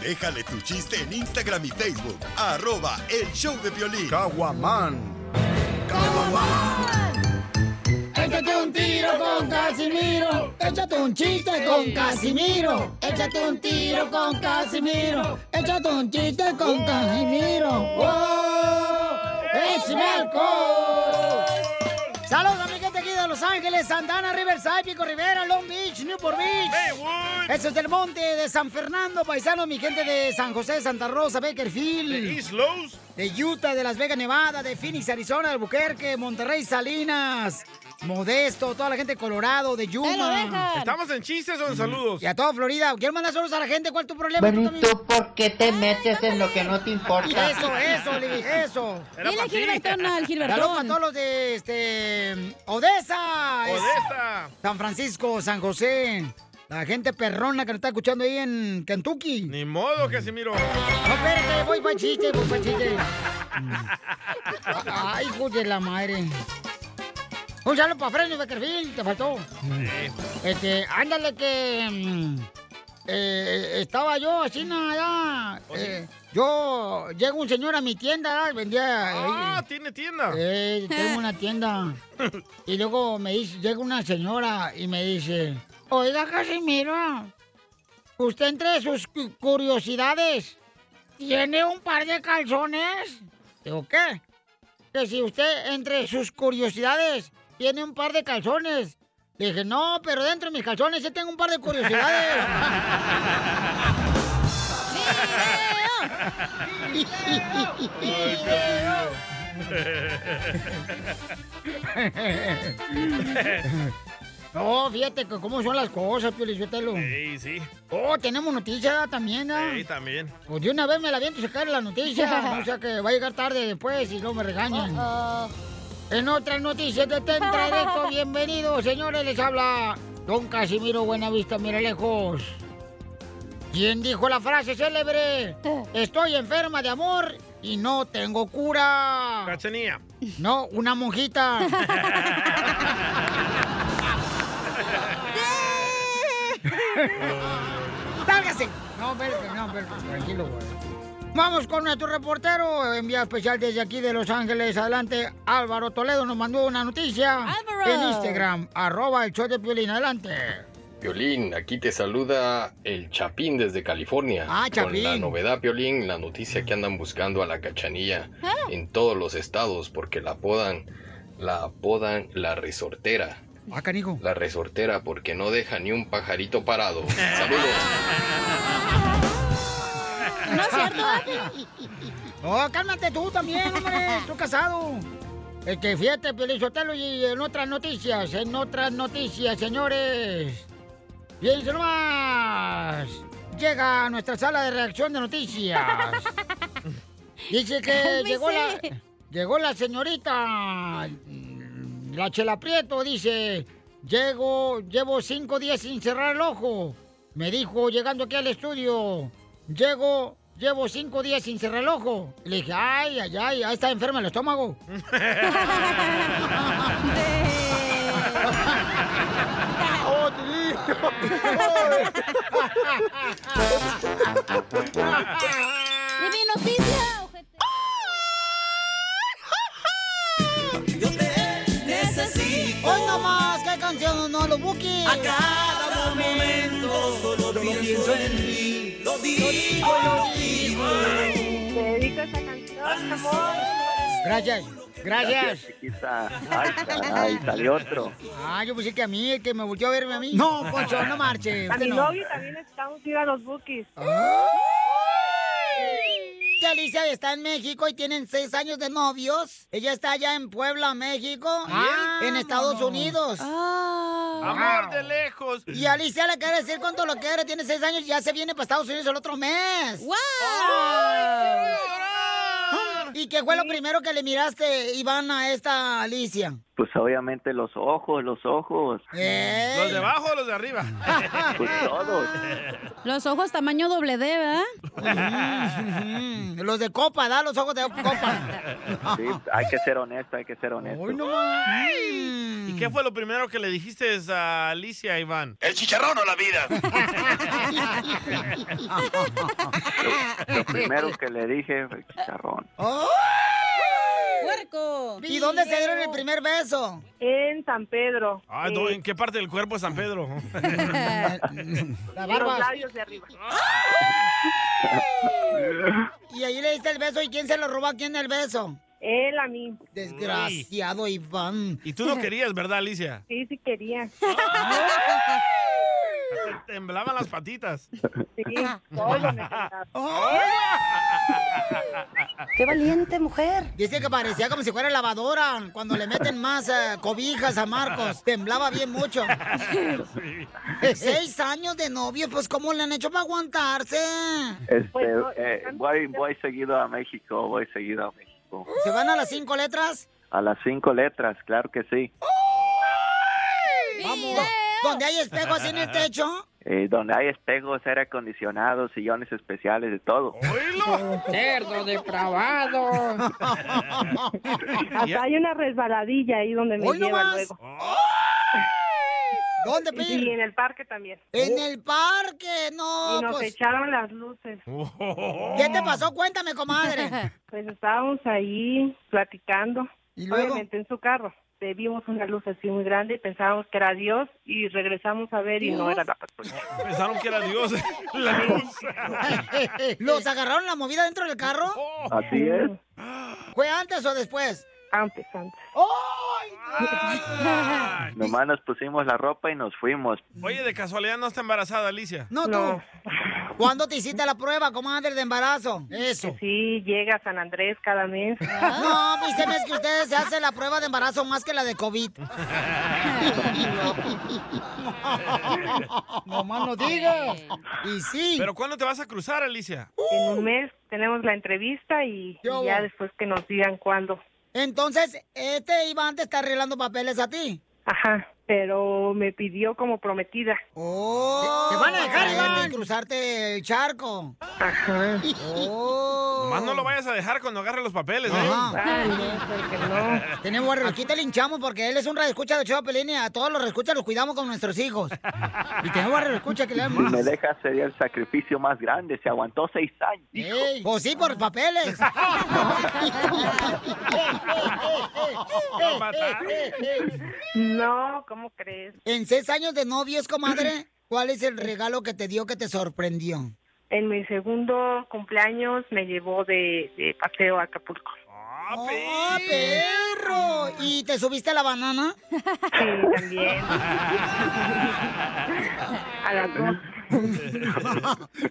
[SPEAKER 7] Déjale tu chiste en Instagram y Facebook. Arroba el show de violín. Caguaman.
[SPEAKER 2] Échate un tiro con Casimiro. Échate un chiste con Casimiro. Échate un tiro con Casimiro. Échate un chiste con Casimiro. ¡Oh! ¡Échame alcohol!
[SPEAKER 1] Saludos a mi gente aquí de Los Ángeles, Santana, Riverside, Pico Rivera, Long Beach, Newport Beach. Eso es del monte de San Fernando, paisano, mi gente de San José, de Santa Rosa, Bakerfield. De
[SPEAKER 3] East Los.
[SPEAKER 1] De Utah, de Las Vegas, Nevada, de Phoenix, Arizona, de Albuquerque, Monterrey, Salinas, Modesto, toda la gente de Colorado, de Yuma.
[SPEAKER 3] ¿Estamos en chistes o en saludos?
[SPEAKER 1] Mm. Y a toda Florida. Quiero mandar saludos a la gente. ¿Cuál es tu problema?
[SPEAKER 13] Bueno,
[SPEAKER 1] Tú
[SPEAKER 13] ¿y
[SPEAKER 1] también-
[SPEAKER 13] tú por qué te metes en lo que no te importa?
[SPEAKER 1] Eso, eso, Lili, eso.
[SPEAKER 13] Era Dile, pa' ti. Gilbertón, al Gilbertón.
[SPEAKER 1] Saludos para todos los de este, Odessa. es- San Francisco, San José. La gente perrona que nos está escuchando ahí en Kentucky.
[SPEAKER 3] Ni modo, Casimiro.
[SPEAKER 1] No, espérate, voy para chiste, voy para chiste. Ay, hijo de la madre. Un saludo para Fresno y Beckerfield, te faltó. Este, ándale que... mm, eh, estaba yo así nada. eh, yo... Llega un señor a mi tienda, ah, vendía...
[SPEAKER 3] Ah,
[SPEAKER 1] eh,
[SPEAKER 3] tiene tienda.
[SPEAKER 1] eh, tengo una tienda. Y luego me dice, llega una señora y me dice, oiga Casimiro, usted entre sus cu- curiosidades, ¿tiene un par de calzones? Digo, ¿qué? Que si usted entre sus curiosidades tiene un par de calzones. Le dije, no, pero dentro de mis calzones yo tengo un par de curiosidades. No, fíjate que cómo son las cosas, Pio Lizotelo.
[SPEAKER 3] Sí, sí.
[SPEAKER 1] Oh, tenemos noticias también, ¿ah?
[SPEAKER 3] Sí, también.
[SPEAKER 1] Pues de una vez me la viento sacar la noticia. o sea que va a llegar tarde después y no me regañan. En otras noticias de Tentra Directo, bienvenidos, señores. Les habla Don Casimiro Buenavista, mira lejos. ¿Quién dijo la frase célebre? Estoy enferma de amor y no tengo cura.
[SPEAKER 3] Cachanía.
[SPEAKER 1] No, una monjita. ¡Sálgase! No, espérate, no, espérate, tranquilo, güey. Vamos con nuestro reportero, enviado especial desde aquí de Los Ángeles. Adelante, Álvaro Toledo nos mandó una noticia
[SPEAKER 10] Álvaro.
[SPEAKER 1] en Instagram, arroba el show de Piolín. Adelante.
[SPEAKER 10] Piolín, aquí te saluda el Chapín desde California.
[SPEAKER 1] Ah,
[SPEAKER 10] Con la
[SPEAKER 1] Chapín.
[SPEAKER 10] novedad, Piolín, la noticia que andan buscando a la cachanilla en todos los estados porque la apodan, la apodan la resortera.
[SPEAKER 1] Ah, canijo.
[SPEAKER 10] La resortera porque no deja ni un pajarito parado. Saludos.
[SPEAKER 1] ¿No es cierto? No, cálmate tú también, hombre. Estoy casado. Este, fíjate, Pelizotelo, y en otras noticias, en otras noticias, señores. Piensen nomás. Llega a nuestra sala de reacción de noticias. Dice que
[SPEAKER 11] Cálmese.
[SPEAKER 1] llegó la, llegó la señorita. mm, La Chela Prieto dice: Llego, llevo cinco días sin cerrar el ojo. Me dijo llegando aquí al estudio: Llego, llevo cinco días sin cerrar el ojo. Le dije: Ay, ay, ay, ahí está enferma el estómago. ¡Oh, ¿eh?
[SPEAKER 4] ¡Y mi noticia!
[SPEAKER 1] necesito. Hoy nomás, qué canción, no lo busques. A cada momento solo pienso en ti. Lo digo, lo digo.
[SPEAKER 11] Te dedico a esa canción, amor.
[SPEAKER 2] Gracias. Gracias.
[SPEAKER 25] chiquita. Ay, caray, salió otro.
[SPEAKER 2] Ah, yo pensé que a mí, el que me volvió a verme a mí. No, Poncho, no marche.
[SPEAKER 11] A
[SPEAKER 2] usted
[SPEAKER 11] mi
[SPEAKER 2] no.
[SPEAKER 11] novio también necesitamos ir a los bookies.
[SPEAKER 1] Tía Alicia Ah. está en México y tienen seis años de novios. Ella está allá en Puebla, México. En Estados Unidos.
[SPEAKER 3] Amor de lejos.
[SPEAKER 1] Y Alicia le quiere decir cuánto lo quiere. Tiene seis años y ya se viene para Estados Unidos el otro mes.
[SPEAKER 4] ¡Wow!
[SPEAKER 1] ¿Y qué fue lo primero que le miraste, Iván, a esta Alicia?
[SPEAKER 25] Pues obviamente los ojos, los ojos.
[SPEAKER 3] ¿Los de abajo o los de arriba?
[SPEAKER 25] Pues todos.
[SPEAKER 4] Los ojos tamaño doble D, ¿verdad?
[SPEAKER 1] Los de copa, da los ojos de copa.
[SPEAKER 25] Sí, hay que ser honesto, hay que ser honesto.
[SPEAKER 3] Mm. ¿Y qué fue lo primero que le dijiste a Alicia, Iván?
[SPEAKER 25] El chicharrón o la vida. Lo primero que le dije fue chicharrón.
[SPEAKER 4] ¡Puerco!
[SPEAKER 1] ¿Y dónde se dieron el primer beso?
[SPEAKER 11] En San Pedro.
[SPEAKER 3] Ah, no, ¿En qué parte del cuerpo es San Pedro?
[SPEAKER 1] La
[SPEAKER 11] Los
[SPEAKER 1] barba.
[SPEAKER 11] labios de arriba.
[SPEAKER 1] Y ahí le diste el beso. ¿Y quién se lo robó a quién el beso?
[SPEAKER 11] Él a mí.
[SPEAKER 1] Desgraciado Iván.
[SPEAKER 3] Y tú no querías, ¿verdad, Alicia?
[SPEAKER 11] Sí, sí quería.
[SPEAKER 3] Te temblaban las patitas.
[SPEAKER 11] Sí, todo me encantaba.
[SPEAKER 1] ¡Qué valiente mujer! Dice que parecía como si fuera lavadora. Cuando le meten más eh, cobijas a Marcos, temblaba bien mucho. Seis años de novio, pues ¿cómo le han hecho para aguantarse?
[SPEAKER 25] Este, eh, voy, voy seguido a México, voy seguido a México.
[SPEAKER 1] ¿Se van a las cinco letras?
[SPEAKER 25] A las cinco letras, claro que sí.
[SPEAKER 1] Vamos. ¿Dónde Eh, hay espejo así en este el techo?
[SPEAKER 25] Eh, donde hay espejos, aire acondicionado, sillones especiales, de todo.
[SPEAKER 1] Cerdo depravado.
[SPEAKER 11] Hasta hay una resbaladilla ahí donde me
[SPEAKER 1] Hoy
[SPEAKER 11] lleva
[SPEAKER 1] nomás.
[SPEAKER 11] luego.
[SPEAKER 1] ¿Dónde,
[SPEAKER 11] Y en el parque también.
[SPEAKER 1] En el parque, no.
[SPEAKER 11] Y nos
[SPEAKER 1] pues.
[SPEAKER 11] echaron las luces.
[SPEAKER 3] Oh.
[SPEAKER 1] ¿Qué te pasó? Cuéntame, comadre.
[SPEAKER 11] Pues estábamos ahí platicando.
[SPEAKER 1] luego?
[SPEAKER 11] Obviamente en su carro. Eh, Vimos una luz así muy grande y pensábamos que era Dios y regresamos a ver y no
[SPEAKER 3] ¿Dios?
[SPEAKER 11] era la patrulla.
[SPEAKER 3] Pensaron que era Dios. La luz.
[SPEAKER 1] ¿Los agarraron la movida dentro del carro?
[SPEAKER 25] Así es.
[SPEAKER 1] ¿Fue antes o después?
[SPEAKER 11] Antes, antes.
[SPEAKER 1] ¡Ay!
[SPEAKER 25] Nomás nos pusimos la ropa y nos fuimos.
[SPEAKER 3] Oye, de casualidad no está embarazada, Alicia.
[SPEAKER 1] No, tú. ¿Cuándo te hiciste la prueba, comadre, de embarazo? Eso.
[SPEAKER 11] Sí, llega a San Andrés cada mes.
[SPEAKER 1] No, pues se me es que ustedes se hacen la prueba de embarazo más que la de COVID. No más no digas. Y sí.
[SPEAKER 3] ¿Pero cuándo te vas a cruzar, Alicia?
[SPEAKER 11] En un mes tenemos la entrevista y, y
[SPEAKER 1] hubo?
[SPEAKER 11] ya después que nos digan cuándo.
[SPEAKER 1] Entonces, este Iván te está arreglando papeles a ti.
[SPEAKER 11] Ajá, pero me pidió como prometida.
[SPEAKER 1] ¡Oh! Te van a dejar, Iván. De cruzarte el charco.
[SPEAKER 11] Ajá.
[SPEAKER 3] Nomás no lo vayas a dejar cuando agarre los papeles, ¿eh?
[SPEAKER 1] Oh. Ajá.
[SPEAKER 11] pues
[SPEAKER 1] Tenemos, bueno, aquí te linchamos porque él es un radioescucha de Ochoa Pelín y a todos los radioescuchas los cuidamos con nuestros hijos. Y tenemos radioescucha que le
[SPEAKER 25] Si
[SPEAKER 1] damos.
[SPEAKER 25] me dejas sería el sacrificio más grande. Se aguantó seis años.
[SPEAKER 1] Ey, Pues sí, por papeles.
[SPEAKER 11] No, ¿cómo crees?
[SPEAKER 1] En seis años de novios, comadre, ¿cuál es el regalo que te dio que te sorprendió?
[SPEAKER 11] En mi segundo cumpleaños me llevó de, de paseo a Acapulco.
[SPEAKER 1] ¡Ah, perro! ¿Y te subiste a la banana?
[SPEAKER 11] Sí, también. A las dos.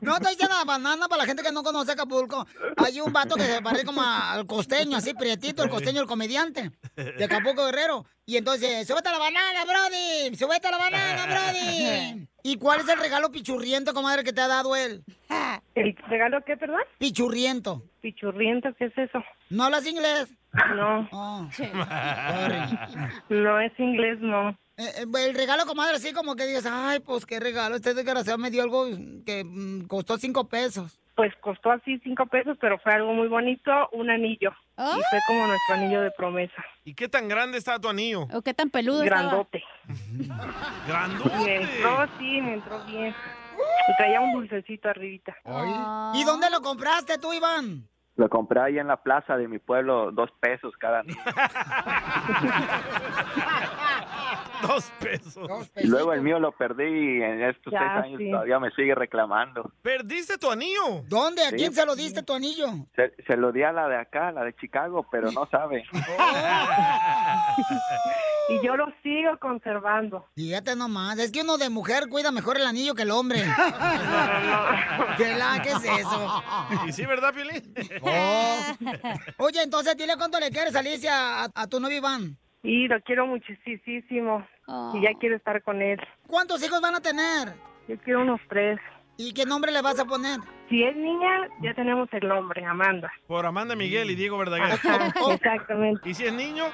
[SPEAKER 1] No estoy diciendo la banana para la gente que no conoce Acapulco. Hay un vato que se parece como a- al costeño, así prietito, el costeño, el comediante de Acapulco Guerrero. Y entonces, súbete a la banana, Brody. Súbete a la banana, Brody. ¿Y cuál es el regalo pichurriento, comadre, que te ha dado él?
[SPEAKER 11] ¿El regalo qué, perdón?
[SPEAKER 1] Pichurriento.
[SPEAKER 11] ¿Pichurriento qué es eso?
[SPEAKER 1] ¿No hablas inglés? Oh,
[SPEAKER 11] No. No es inglés, no.
[SPEAKER 1] Eh, eh, El regalo, comadre, así como que digas, ay, pues qué regalo, este desgraciado me dio algo que mm, costó cinco pesos.
[SPEAKER 11] pues costó así cinco pesos, pero fue algo muy bonito, un anillo. Y fue como nuestro anillo de promesa.
[SPEAKER 3] ¿Y qué tan grande está tu anillo?
[SPEAKER 4] ¿O Oh, qué tan peludo
[SPEAKER 11] Grandote.
[SPEAKER 3] Grandote.
[SPEAKER 11] Me entró, sí, me entró bien. Y traía un dulcecito arribita.
[SPEAKER 1] ¿Y dónde lo compraste tú, Iván?
[SPEAKER 25] Lo compré ahí en la plaza de mi pueblo, dos pesos cada.
[SPEAKER 3] Dos pesos.
[SPEAKER 25] Y Luego el mío lo perdí y en estos
[SPEAKER 1] Ya,
[SPEAKER 25] seis años
[SPEAKER 1] sí.
[SPEAKER 25] todavía me sigue reclamando.
[SPEAKER 3] ¿Perdiste tu anillo?
[SPEAKER 1] ¿Dónde? ¿A
[SPEAKER 25] Sí.
[SPEAKER 1] quién se lo diste tu anillo?
[SPEAKER 25] Se, se lo di a la de acá, la de Chicago, pero no sabe.
[SPEAKER 11] Y yo lo sigo conservando.
[SPEAKER 1] Fíjate nomás, es que uno de mujer cuida mejor el anillo que el hombre. ¿Qué, la, ¿Qué es eso? Oh.
[SPEAKER 3] ¿Y sí, verdad, Piolín?
[SPEAKER 1] Oye, entonces dile cuánto le quieres, Alicia, a, a tu novio Iván. Ah.
[SPEAKER 11] Y lo quiero muchísimo. Y ya quiero estar con él.
[SPEAKER 1] ¿Cuántos hijos van a tener?
[SPEAKER 11] Yo quiero unos tres.
[SPEAKER 1] ¿Y qué nombre le vas a poner?
[SPEAKER 11] Si es niña, ya tenemos el nombre, Amanda.
[SPEAKER 3] Por Amanda Miguel y Diego Verdaguer.
[SPEAKER 1] Oh.
[SPEAKER 11] Exactamente.
[SPEAKER 3] ¿Y si es niño?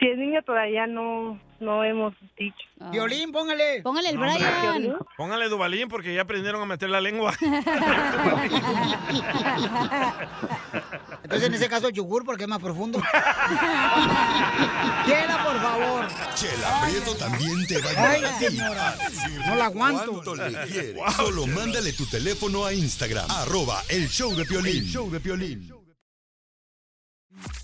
[SPEAKER 11] Si es niño, todavía no, no hemos dicho.
[SPEAKER 1] Violín, póngale.
[SPEAKER 4] Póngale el
[SPEAKER 3] No, hombre.
[SPEAKER 4] Brian.
[SPEAKER 3] Póngale Dubalín porque ya aprendieron a meter la lengua.
[SPEAKER 1] Entonces en ese caso yogur porque es más profundo. Quiera, por favor.
[SPEAKER 7] Chela Prieto también te va a
[SPEAKER 1] Ay,
[SPEAKER 7] ayudar a ti
[SPEAKER 1] señora.
[SPEAKER 7] a decirle
[SPEAKER 1] No la aguanto.
[SPEAKER 7] cuánto le quieres. Solo mándale tu teléfono a Instagram, arroba el show de Piolín.
[SPEAKER 12] El
[SPEAKER 7] show de Piolín.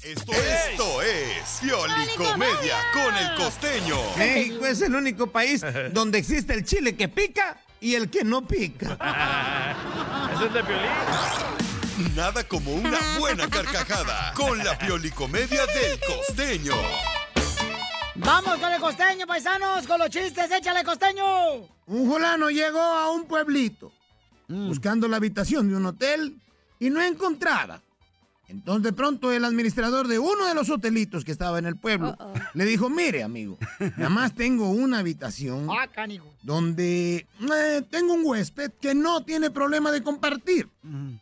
[SPEAKER 7] Esto, esto es Pioli Comedia con el costeño.
[SPEAKER 12] México es el único país donde existe el chile que pica y el que no pica.
[SPEAKER 3] Ese es de
[SPEAKER 7] Nada como una buena carcajada con la Pioli Comedia del costeño.
[SPEAKER 1] Vamos con el costeño, paisanos, con los chistes, échale costeño.
[SPEAKER 12] Un fulano llegó a un pueblito
[SPEAKER 1] Mm.
[SPEAKER 12] buscando la habitación de un hotel y no encontraba. Entonces de pronto el administrador de uno de los hotelitos que estaba en el pueblo le dijo, mire amigo, nada más tengo una habitación
[SPEAKER 1] Ah, canijo.
[SPEAKER 12] donde eh, tengo un huésped que no tiene problema de compartir.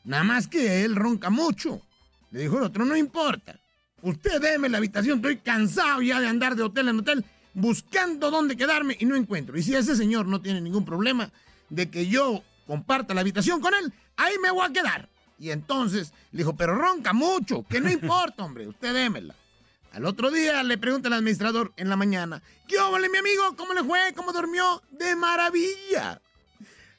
[SPEAKER 12] Nada más que él ronca mucho. Le dijo el otro, no importa. Usted déme la habitación, estoy cansado ya de andar de hotel en hotel buscando dónde quedarme y no encuentro. Y si ese señor no tiene ningún problema de que yo comparta la habitación con él, ahí me voy a quedar. Y entonces le dijo, pero ronca mucho, que no importa, hombre, usted démela. Al otro día le pregunta el administrador en la mañana, ¿qué óvole, mi amigo? ¿Cómo le fue? ¿Cómo durmió? De maravilla.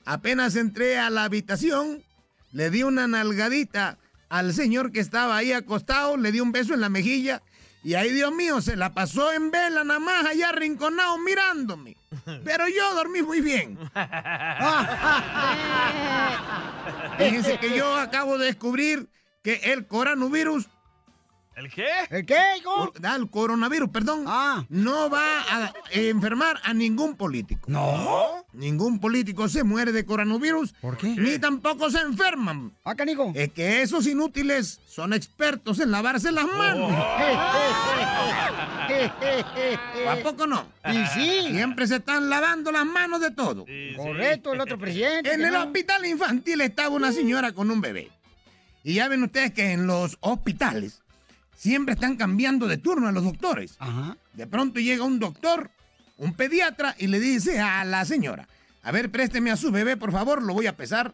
[SPEAKER 12] Apenas entré a la habitación, le di una nalgadita al señor que estaba ahí acostado, le di un beso en la mejilla y ahí, Dios mío, se la pasó en vela nada más allá arrinconado mirándome. Pero yo dormí muy bien.
[SPEAKER 1] Ah.
[SPEAKER 12] Fíjense que yo acabo de descubrir que el coronavirus...
[SPEAKER 3] ¿El qué?
[SPEAKER 1] ¿El qué, hijo?
[SPEAKER 12] el coronavirus, perdón. No va a enfermar a ningún político. No. Ningún político se muere de coronavirus. ¿Por qué? Ni tampoco se enferman.
[SPEAKER 1] Acá, Nico.
[SPEAKER 12] Es que esos inútiles son expertos en lavarse las manos.
[SPEAKER 2] Oh.
[SPEAKER 12] ¿A poco no?
[SPEAKER 1] Y sí.
[SPEAKER 12] Siempre se están lavando las manos de todo.
[SPEAKER 1] Correcto, el otro presidente.
[SPEAKER 12] En
[SPEAKER 1] que
[SPEAKER 12] el
[SPEAKER 1] no. Uh.
[SPEAKER 12] hospital infantil estaba una señora con un bebé. Y ya ven ustedes que en los hospitales siempre están cambiando de turno a los doctores. De pronto llega un doctor, un pediatra, y le dice a la señora, a ver, présteme a su bebé, por favor, lo voy a pesar.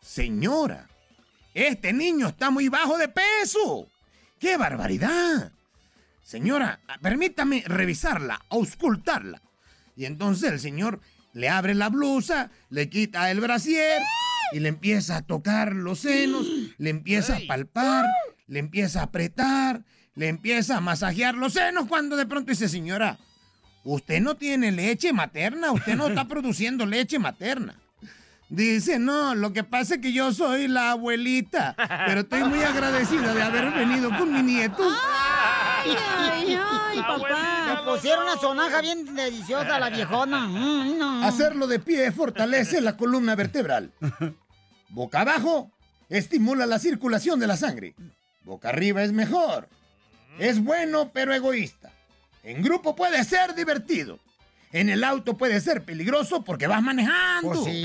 [SPEAKER 12] Señora, este niño está muy bajo de peso. ¡Qué barbaridad! Señora, permítame revisarla, auscultarla. Y entonces el señor le abre la blusa, le quita el brasier y le empieza a tocar los senos, le empieza a palpar, le empieza a apretar, le empieza a masajear los senos cuando de pronto dice, señora, usted no tiene leche materna, usted no está produciendo leche materna. Dice, no, lo que pasa es que yo soy la abuelita, pero estoy muy agradecida de haber venido con mi nieto.
[SPEAKER 1] ay, ay, papá. Le pusieron una sonaja bien deliciosa a la viejona. Mm, no.
[SPEAKER 12] Hacerlo de pie fortalece la columna vertebral. Boca abajo estimula la circulación de la sangre. Boca arriba es mejor. Es bueno pero egoísta. En grupo puede ser divertido. En el auto puede ser peligroso porque vas manejando.
[SPEAKER 1] Pues sí.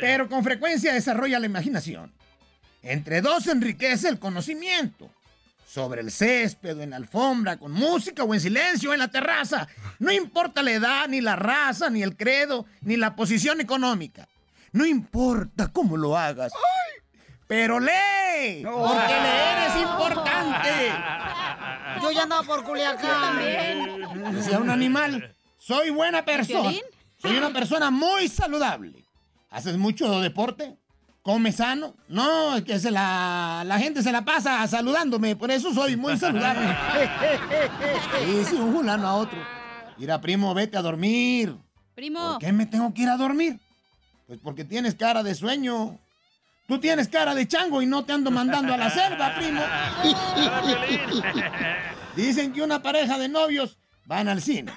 [SPEAKER 12] Pero con frecuencia desarrolla la imaginación. Entre dos enriquece el conocimiento. Sobre el césped, o en la alfombra, con música o en silencio, en la terraza. No importa la edad, ni la raza, ni el credo, ni la posición económica. No importa cómo lo hagas. pero lee. Porque leer es importante.
[SPEAKER 1] Yo ya andaba por Culiacán.
[SPEAKER 12] Decía un animal, soy buena persona. Soy una persona muy saludable. ¿Haces mucho deporte? ¿Comes sano? No, es que se la, la gente se la pasa saludándome, por eso soy muy saludable. Dice un fulano a otro. Mira, primo, vete a dormir.
[SPEAKER 4] Primo.
[SPEAKER 12] ¿Por qué me tengo que ir a dormir? Pues porque tienes cara de sueño. Tú tienes cara de chango y no te ando mandando a la selva, primo. Dicen que una pareja de novios van al cine.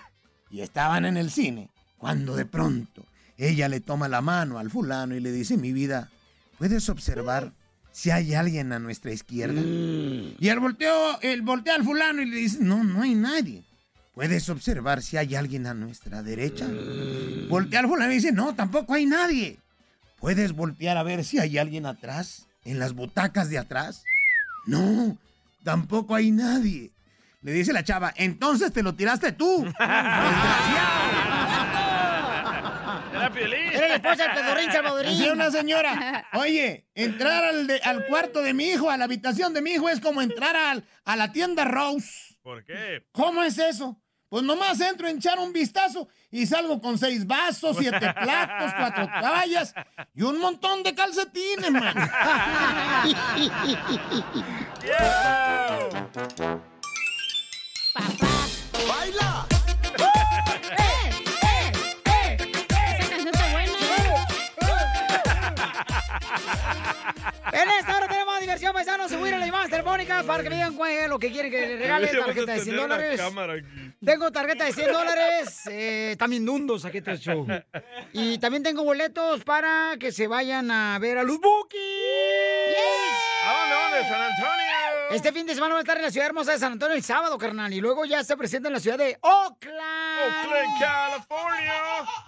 [SPEAKER 12] Y estaban en el cine cuando de pronto ella le toma la mano al fulano y le dice, mi vida, ¿puedes observar si hay alguien a nuestra izquierda? Y él, volteó, él voltea al fulano y le dice, no, no hay nadie. ¿Puedes observar si hay alguien a nuestra derecha? Voltea al fulano y dice, no, tampoco hay nadie. ¿Puedes voltear a ver si hay alguien atrás? ¿En las butacas de atrás? No, tampoco hay nadie. Le dice la chava, entonces te lo tiraste tú.
[SPEAKER 2] Era
[SPEAKER 1] Piolín. Era la esposa del pedorrín salvadoreño.
[SPEAKER 12] Decía una señora, oye, entrar al, de- al cuarto de mi hijo, a la habitación de mi hijo, es como entrar al- a la tienda Rose.
[SPEAKER 3] ¿Por qué?
[SPEAKER 12] ¿Cómo es eso? Pues nomás entro a echar un vistazo y salgo con seis vasos, siete platos, cuatro toallas y un montón de calcetines, man.
[SPEAKER 2] ¡Baila!
[SPEAKER 1] ¿eh? En esta hora tenemos más diversión, paisanos. Se voy a ir a las llamadas telefónicas para que me digan cuál es lo que quieren que les regale. Tarjeta de 100 dólares. Tengo tarjeta de 100 dólares. eh, también dundos aquí está el show. Y también tengo boletos para que se vayan a ver a Luz Buki.
[SPEAKER 3] ¿A dónde, dónde? ¿San Antonio?
[SPEAKER 1] Este fin de semana van a estar en la ciudad hermosa de San Antonio el sábado, carnal. Y luego ya se presenta en la ciudad de Oakland.
[SPEAKER 3] Oakland, California.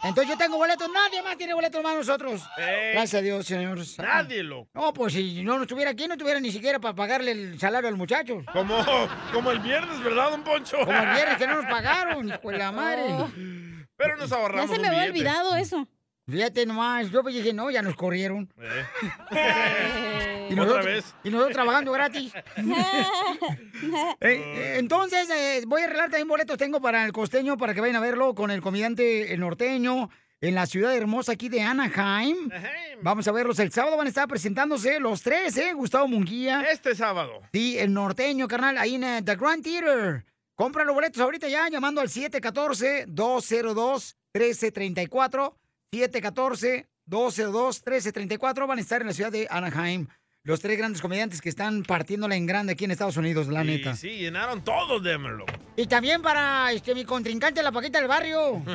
[SPEAKER 1] Entonces yo tengo boletos. Nadie más tiene boletos más nosotros.
[SPEAKER 3] Ey.
[SPEAKER 1] Gracias a Dios, señores.
[SPEAKER 3] Nadie, loco.
[SPEAKER 1] No, pues si no estuviera aquí, no tuviera ni siquiera para pagarle el salario al muchacho.
[SPEAKER 3] Como, como el viernes, ¿verdad, don Poncho?
[SPEAKER 1] Como el viernes que no nos pagaron, hijo de la madre.
[SPEAKER 4] Oh.
[SPEAKER 3] Pero nos
[SPEAKER 4] Ya
[SPEAKER 3] ahorramos
[SPEAKER 4] se
[SPEAKER 3] un
[SPEAKER 4] me había
[SPEAKER 3] billete.
[SPEAKER 4] olvidado eso.
[SPEAKER 1] Fíjate nomás, yo pues dije, no, ya nos corrieron.
[SPEAKER 3] Eh.
[SPEAKER 2] Eh,
[SPEAKER 1] Y
[SPEAKER 3] Otra
[SPEAKER 1] nosotros,
[SPEAKER 3] vez.
[SPEAKER 1] Y nosotros trabajando gratis. Eh, eh, entonces, eh, voy a arreglar también boletos. Tengo para el costeño, para que vayan a verlo con el comediante el norteño en la ciudad hermosa aquí de Anaheim. Vamos a verlos. El sábado van a estar presentándose los tres, ¿eh? Gustavo Munguía.
[SPEAKER 3] Este sábado.
[SPEAKER 1] Sí, el norteño, carnal, ahí en eh, The Grand Theater. Compra los boletos ahorita ya, llamando al 714-202-1334. 714-202-1334. Van a estar en la ciudad de Anaheim. Los tres grandes comediantes que están partiéndola en grande aquí en Estados Unidos, la neta.
[SPEAKER 3] Y sí, llenaron todo, démelo.
[SPEAKER 1] Y también para este, mi contrincante, la Paquita del Barrio.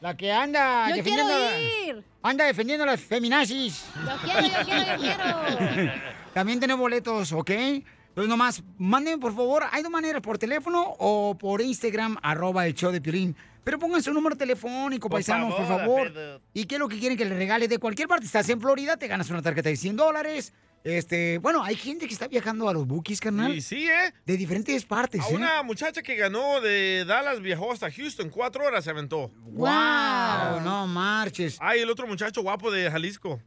[SPEAKER 1] la que anda
[SPEAKER 4] Yo quiero
[SPEAKER 1] defendiendo.
[SPEAKER 4] ir.
[SPEAKER 1] Anda defendiendo las feminazis.
[SPEAKER 4] Yo quiero, yo quiero, yo quiero.
[SPEAKER 1] También tenemos boletos, ¿ok? Entonces nomás, manden por favor, hay dos maneras, por teléfono o por Instagram, arroba el show de Piolín. Pero pongan su número telefónico,
[SPEAKER 2] Por
[SPEAKER 1] paisanos, por
[SPEAKER 2] favor,
[SPEAKER 1] favor. ¿Y qué es lo que quieren que les regale de cualquier parte? Estás en Florida, te ganas una tarjeta de 100 dólares. Este, bueno, hay gente que está viajando a los bookies, carnal.
[SPEAKER 3] Y sí, ¿eh?
[SPEAKER 1] De diferentes partes,
[SPEAKER 3] A
[SPEAKER 1] ¿eh?
[SPEAKER 3] una muchacha que ganó de Dallas viajó hasta Houston, cuatro horas se aventó.
[SPEAKER 1] ¡Wow! No marches.
[SPEAKER 3] Ay, el otro muchacho guapo de Jalisco.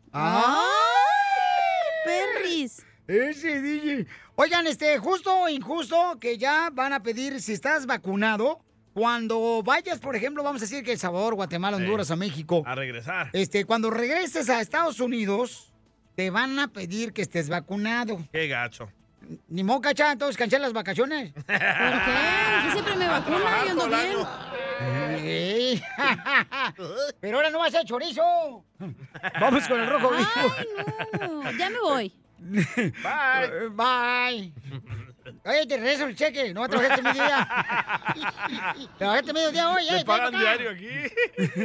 [SPEAKER 1] ¡Perris! Ese DJ. Oigan, este, justo o injusto que ya van a pedir si estás vacunado. Cuando vayas, por ejemplo, vamos a decir que El Salvador, Guatemala, Honduras, a México.
[SPEAKER 3] A regresar.
[SPEAKER 1] Este, cuando regreses a Estados Unidos, te van a pedir que estés vacunado.
[SPEAKER 3] Qué gacho.
[SPEAKER 1] Ni moca, cha, entonces cancelas las vacaciones. ¿Por
[SPEAKER 4] qué? Yo siempre me vacuno y ando
[SPEAKER 1] Ey. Pero ahora no vas a hacer chorizo. Vamos con el rojo vivo.
[SPEAKER 4] Ah, Ya me voy.
[SPEAKER 1] Bye. Eh, Bye. Oye, te regreso el cheque. No trabajaste medio día. trabajaste medio día hoy.
[SPEAKER 2] Me
[SPEAKER 1] eh,
[SPEAKER 2] pagan
[SPEAKER 1] ven acá.
[SPEAKER 2] diario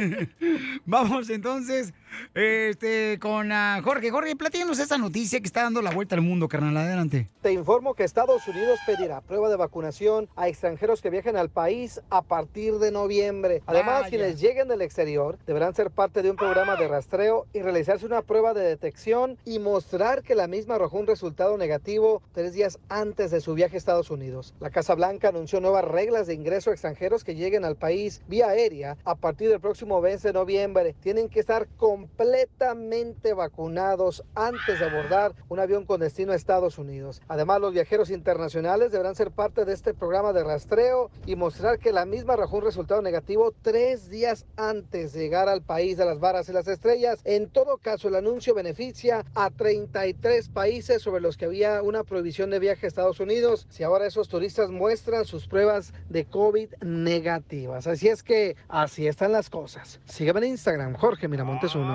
[SPEAKER 1] Vamos entonces este, con ah, Jorge. Jorge, platícanos esa noticia que está dando la vuelta al mundo, carnal. Adelante.
[SPEAKER 5] Te informo que Estados Unidos pedirá prueba de vacunación a extranjeros que viajen al país a partir de noviembre. Además,
[SPEAKER 14] Vaya.
[SPEAKER 5] quienes lleguen del exterior deberán ser parte de un programa de rastreo y realizarse una prueba de detección y mostrar que la misma arrojó un resultado negativo tres días antes de su viaje a Estados Unidos. La Casa Blanca anunció nuevas reglas de ingreso extranjeros que lleguen al país vía aérea a partir del próximo 20 de noviembre tienen que estar completamente vacunados antes de abordar un avión con destino a Estados Unidos. Además, los viajeros internacionales deberán ser parte de este programa de rastreo y mostrar que la misma arrojó un resultado negativo tres días antes de llegar al país de las varas y las estrellas. En todo caso, el anuncio beneficia a 33 países sobre los que había una prohibición de viaje a Estados Unidos. Si ahora esos turistas muestran sus pruebas de COVID negativas. Así es que así están las cosas. Sígueme en Instagram, Jorge Miramontes uno.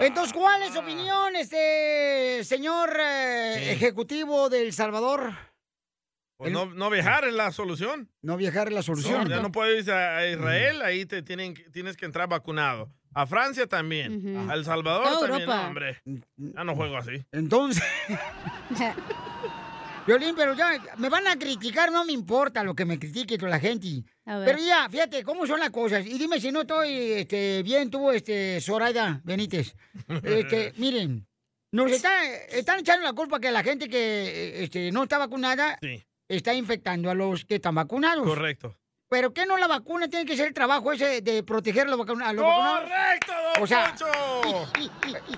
[SPEAKER 1] Entonces, ¿cuál es su opinión, este señor eh, ejecutivo de El Salvador?
[SPEAKER 3] Pues no, no viajar es la solución.
[SPEAKER 1] No viajar es la solución.
[SPEAKER 3] No, ya no puedes ir a a Israel, ahí te tienen, que- tienes que entrar vacunado. A Francia también.
[SPEAKER 1] Ujú.
[SPEAKER 3] A El Salvador
[SPEAKER 1] Toda
[SPEAKER 3] también,
[SPEAKER 1] Europa.
[SPEAKER 3] no, hombre. Ya no juego así.
[SPEAKER 1] Entonces. Violín, pero ya me van a criticar, no me importa lo que me critique toda la gente.
[SPEAKER 2] A ver.
[SPEAKER 1] Pero ya, fíjate cómo son las cosas. Y dime si no estoy este, bien tú, este, Zoraida Benítez. Este, miren, nos está- están echando la culpa que la gente que este, no está vacunada está infectando a los que están vacunados.
[SPEAKER 3] Correcto.
[SPEAKER 1] Pero que no la vacuna tiene que ser el trabajo ese de proteger a los, vacuna- a los vacunados.
[SPEAKER 3] ¡Correcto, don
[SPEAKER 1] O sea,
[SPEAKER 3] Poncho!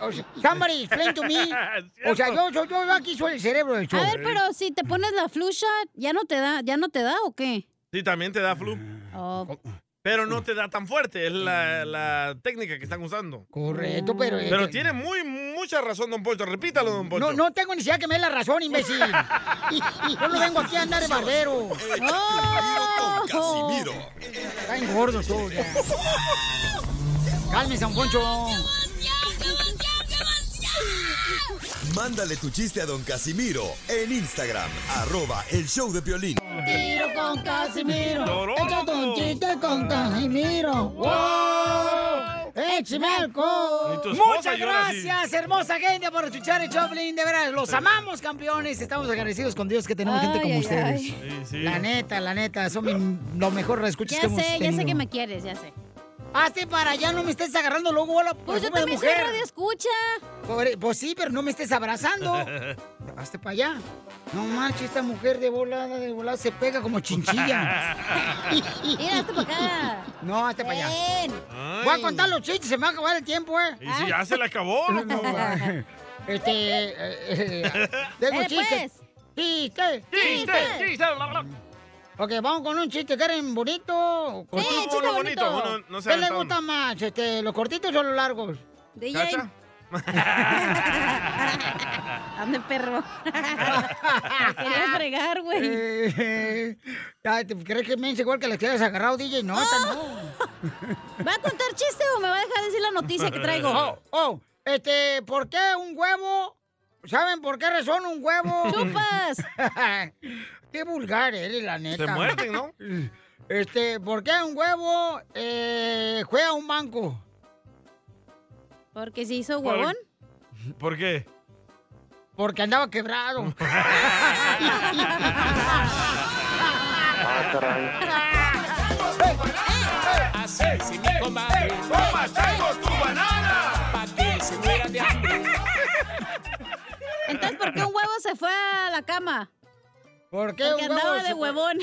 [SPEAKER 1] O sea, somebody explain to me.
[SPEAKER 2] Ah,
[SPEAKER 1] O sea, yo, yo, yo aquí soy el cerebro del show.
[SPEAKER 4] A ver, pero si te pones la flu shot, ¿ya no te da, ya no te da o qué? Oh,
[SPEAKER 3] Sí, también te da flu.
[SPEAKER 1] Ah.
[SPEAKER 3] Pero no te da tan fuerte, es la, la técnica que están usando.
[SPEAKER 1] Correcto, pero-
[SPEAKER 3] Pero tiene muy, mucha razón, don Poncho. Repítalo, don Poncho.
[SPEAKER 1] No, no tengo necesidad que me dé la razón, imbécil. Yo no vengo aquí a andar de barbero. ¡Oh!
[SPEAKER 2] Casimiro.
[SPEAKER 1] Están gordos todos ya. Cálmese, don Poncho.
[SPEAKER 7] Mándale tu chiste a don Casimiro en Instagram, arroba el show de violín.
[SPEAKER 2] Tiro con Casimiro. Échate un chiste con Casimiro. ¡Wow!
[SPEAKER 1] ¡Échame
[SPEAKER 2] alcohol!
[SPEAKER 1] Muchas gracias, hermosa gente, por escuchar el Choplin. De veras, los amamos, campeones. Estamos agradecidos con Dios que tenemos gente como
[SPEAKER 4] Ay, ay,
[SPEAKER 1] ustedes.
[SPEAKER 4] ay.
[SPEAKER 1] La neta, la neta, son mi- lo mejor escuchas
[SPEAKER 4] Ya
[SPEAKER 1] que hemos
[SPEAKER 4] sé, ya sé
[SPEAKER 1] tenido.
[SPEAKER 4] que me quieres, ya sé.
[SPEAKER 1] Hazte para allá, no me estés agarrando luego bola
[SPEAKER 4] Pues yo
[SPEAKER 1] perfume de
[SPEAKER 4] también soy
[SPEAKER 1] mujer.
[SPEAKER 4] radio escucha.
[SPEAKER 1] Pobre- pues sí, pero no me estés abrazando. Hazte para allá. No manches, esta mujer de volada, de volada, se pega como chinchilla.
[SPEAKER 4] Mira, hazte para acá.
[SPEAKER 1] No, hazte para allá.
[SPEAKER 3] Ay.
[SPEAKER 1] Voy a contar los chistes, se me va a acabar el tiempo, ¿eh?
[SPEAKER 3] Y si ya se le acabó,
[SPEAKER 1] Ah.
[SPEAKER 3] loco.
[SPEAKER 1] Este, eh, eh, tengo
[SPEAKER 2] Dale,
[SPEAKER 1] chistes. Chiste.
[SPEAKER 2] Chiste, chiste.
[SPEAKER 1] Ok, vamos con un chiste, ¿quieren bonito? o
[SPEAKER 2] Sí,
[SPEAKER 1] cortito?
[SPEAKER 2] chiste Uno bonito, bonito. uno no se
[SPEAKER 1] ¿Qué les
[SPEAKER 2] aventó
[SPEAKER 1] gusta más, este, los cortitos o los largos?
[SPEAKER 4] ¿Cacha? Ande, perro. Me querías fregar, güey.
[SPEAKER 1] Eh, ay, ¿te ¿Crees que me es igual que las que hayas agarrado, DJ? No, esta no.
[SPEAKER 4] ¿Va a contar chiste o me va a dejar decir la noticia que traigo?
[SPEAKER 1] Oh, oh, este, ¿por qué un huevo? ¿Saben por qué resona un huevo?
[SPEAKER 4] ¡Chupas!
[SPEAKER 1] qué vulgar eres, la neta.
[SPEAKER 2] Se muerden, ¿no?
[SPEAKER 1] Este, ¿por qué un huevo eh, juega a un banco?
[SPEAKER 4] Porque se hizo huevón.
[SPEAKER 3] ¿Por qué?
[SPEAKER 1] Porque andaba quebrado.
[SPEAKER 2] Así, si me comas, toma, traigo tu banana. Pa' ti, si mueras de hambre.
[SPEAKER 4] Entonces, ¿por qué un huevo se fue a la cama?
[SPEAKER 1] ¿Por
[SPEAKER 2] qué
[SPEAKER 4] Porque
[SPEAKER 2] un huevo
[SPEAKER 4] andaba
[SPEAKER 2] se
[SPEAKER 4] de
[SPEAKER 2] fue?
[SPEAKER 4] huevón.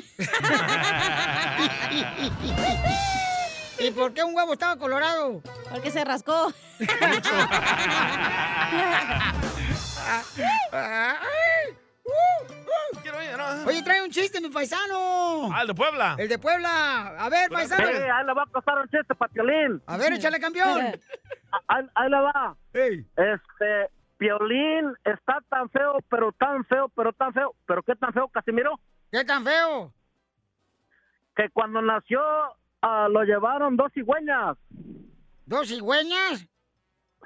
[SPEAKER 1] ¿Y por qué un huevo estaba colorado?
[SPEAKER 4] Porque se rascó.
[SPEAKER 1] Oye, trae un chiste, mi paisano.
[SPEAKER 3] Ah, el de Puebla. ah,
[SPEAKER 1] El de Puebla. A ver, paisano.
[SPEAKER 14] Eh, ahí le va a costar un chiste, Papiolín. Ah,
[SPEAKER 1] A ver, échale, campeón.
[SPEAKER 14] Ahí, ahí le va. Este, Piolín está tan feo, pero tan feo, pero tan feo. ¿Pero qué tan feo, Casimiro?
[SPEAKER 1] ¿Qué tan feo?
[SPEAKER 14] Que cuando nació ah, lo llevaron dos cigüeñas.
[SPEAKER 1] ¿Dos cigüeñas?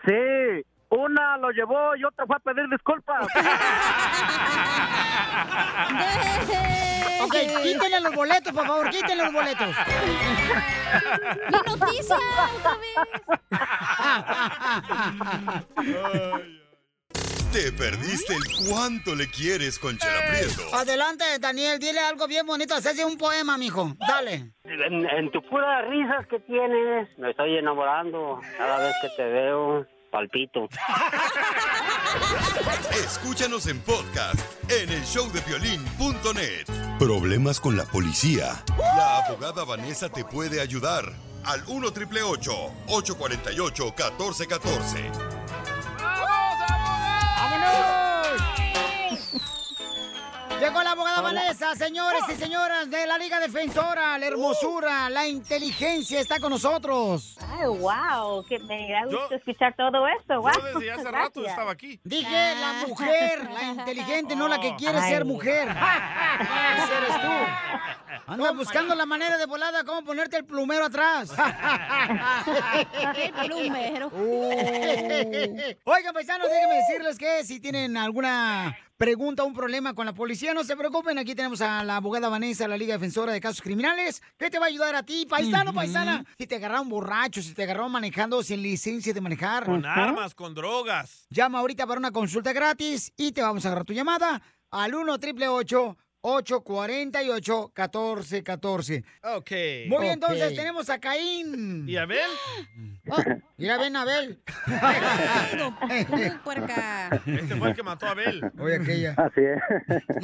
[SPEAKER 14] Sí. Una lo llevó y otra fue a pedir disculpas.
[SPEAKER 1] Ok, quítenle los boletos, por favor, quítenle los boletos.
[SPEAKER 4] ¡La noticia!
[SPEAKER 7] Te perdiste el cuánto le quieres con Chela
[SPEAKER 1] Eh.
[SPEAKER 7] Prieto.
[SPEAKER 1] Adelante, Daniel, dile algo bien bonito, hazte un poema, mijo. Dale.
[SPEAKER 15] En, en tu pura risas que tienes, me estoy enamorando. Cada vez que te veo, palpito.
[SPEAKER 7] Escúchanos en podcast en el showdepiolín.net. Problemas con la policía. La abogada Vanessa te puede ayudar al 1 triple 848 1414.
[SPEAKER 1] Llegó la abogada Vanessa, señores
[SPEAKER 3] Ah.
[SPEAKER 1] y señoras de la Liga Defensora,
[SPEAKER 3] Uh.
[SPEAKER 1] la hermosura, la inteligencia está con nosotros.
[SPEAKER 16] Ay, wow, que me da gusto escuchar todo esto. Wow.
[SPEAKER 3] desde hace rato estaba aquí.
[SPEAKER 1] Dije la mujer, la inteligente, no la que quiere
[SPEAKER 3] Ay.
[SPEAKER 1] ser mujer. Esa eres tú. Anda buscando la manera de volada, cómo ponerte el plumero atrás.
[SPEAKER 2] El plumero.
[SPEAKER 1] Uh. Oigan, paisanos, déjenme decirles que si tienen alguna pregunta o un problema con la policía, no se preocupen. Aquí tenemos a la abogada Vanessa, de la Liga Defensora de Casos Criminales, que te va a ayudar a ti, paisano, paisana. Si te agarraron borracho, si te agarraron manejando sin licencia de manejar.
[SPEAKER 3] Con armas, con drogas.
[SPEAKER 1] Llama ahorita para una consulta gratis y te vamos a agarrar tu llamada al 1 triple 848 1414
[SPEAKER 3] Ok.
[SPEAKER 1] Muy bien, entonces tenemos a Caín.
[SPEAKER 3] ¿Y Abel?
[SPEAKER 1] Oh, mira, ven, Abel.
[SPEAKER 3] Este fue el que mató a Abel.
[SPEAKER 1] Oye, aquella.
[SPEAKER 25] Así es.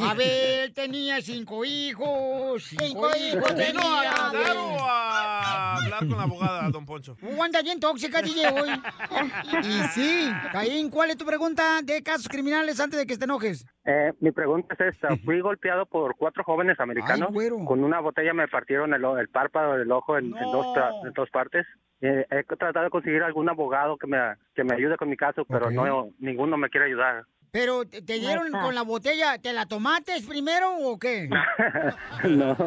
[SPEAKER 1] Abel tenía cinco hijos. Cinco
[SPEAKER 3] ¿Vino a
[SPEAKER 1] hijos tenía,
[SPEAKER 3] cantar
[SPEAKER 1] Abel.
[SPEAKER 3] o a hablar con la abogada, don Poncho?
[SPEAKER 1] Uh, anda bien tóxica, DJ, hoy. Y sí, Caín, ¿cuál es tu pregunta de casos criminales antes de que te enojes?
[SPEAKER 17] Eh, mi pregunta es esta. Fui golpeado por cuatro jóvenes americanos. Con una botella me partieron el, o- el párpado del ojo en, en dos, tra- en dos partes. Eh, he tratado de conseguir algún abogado que me, que me ayude con mi caso, pero no ninguno me quiere ayudar.
[SPEAKER 1] Pero te te dieron con la botella, ¿te la tomaste primero o qué?
[SPEAKER 17] no,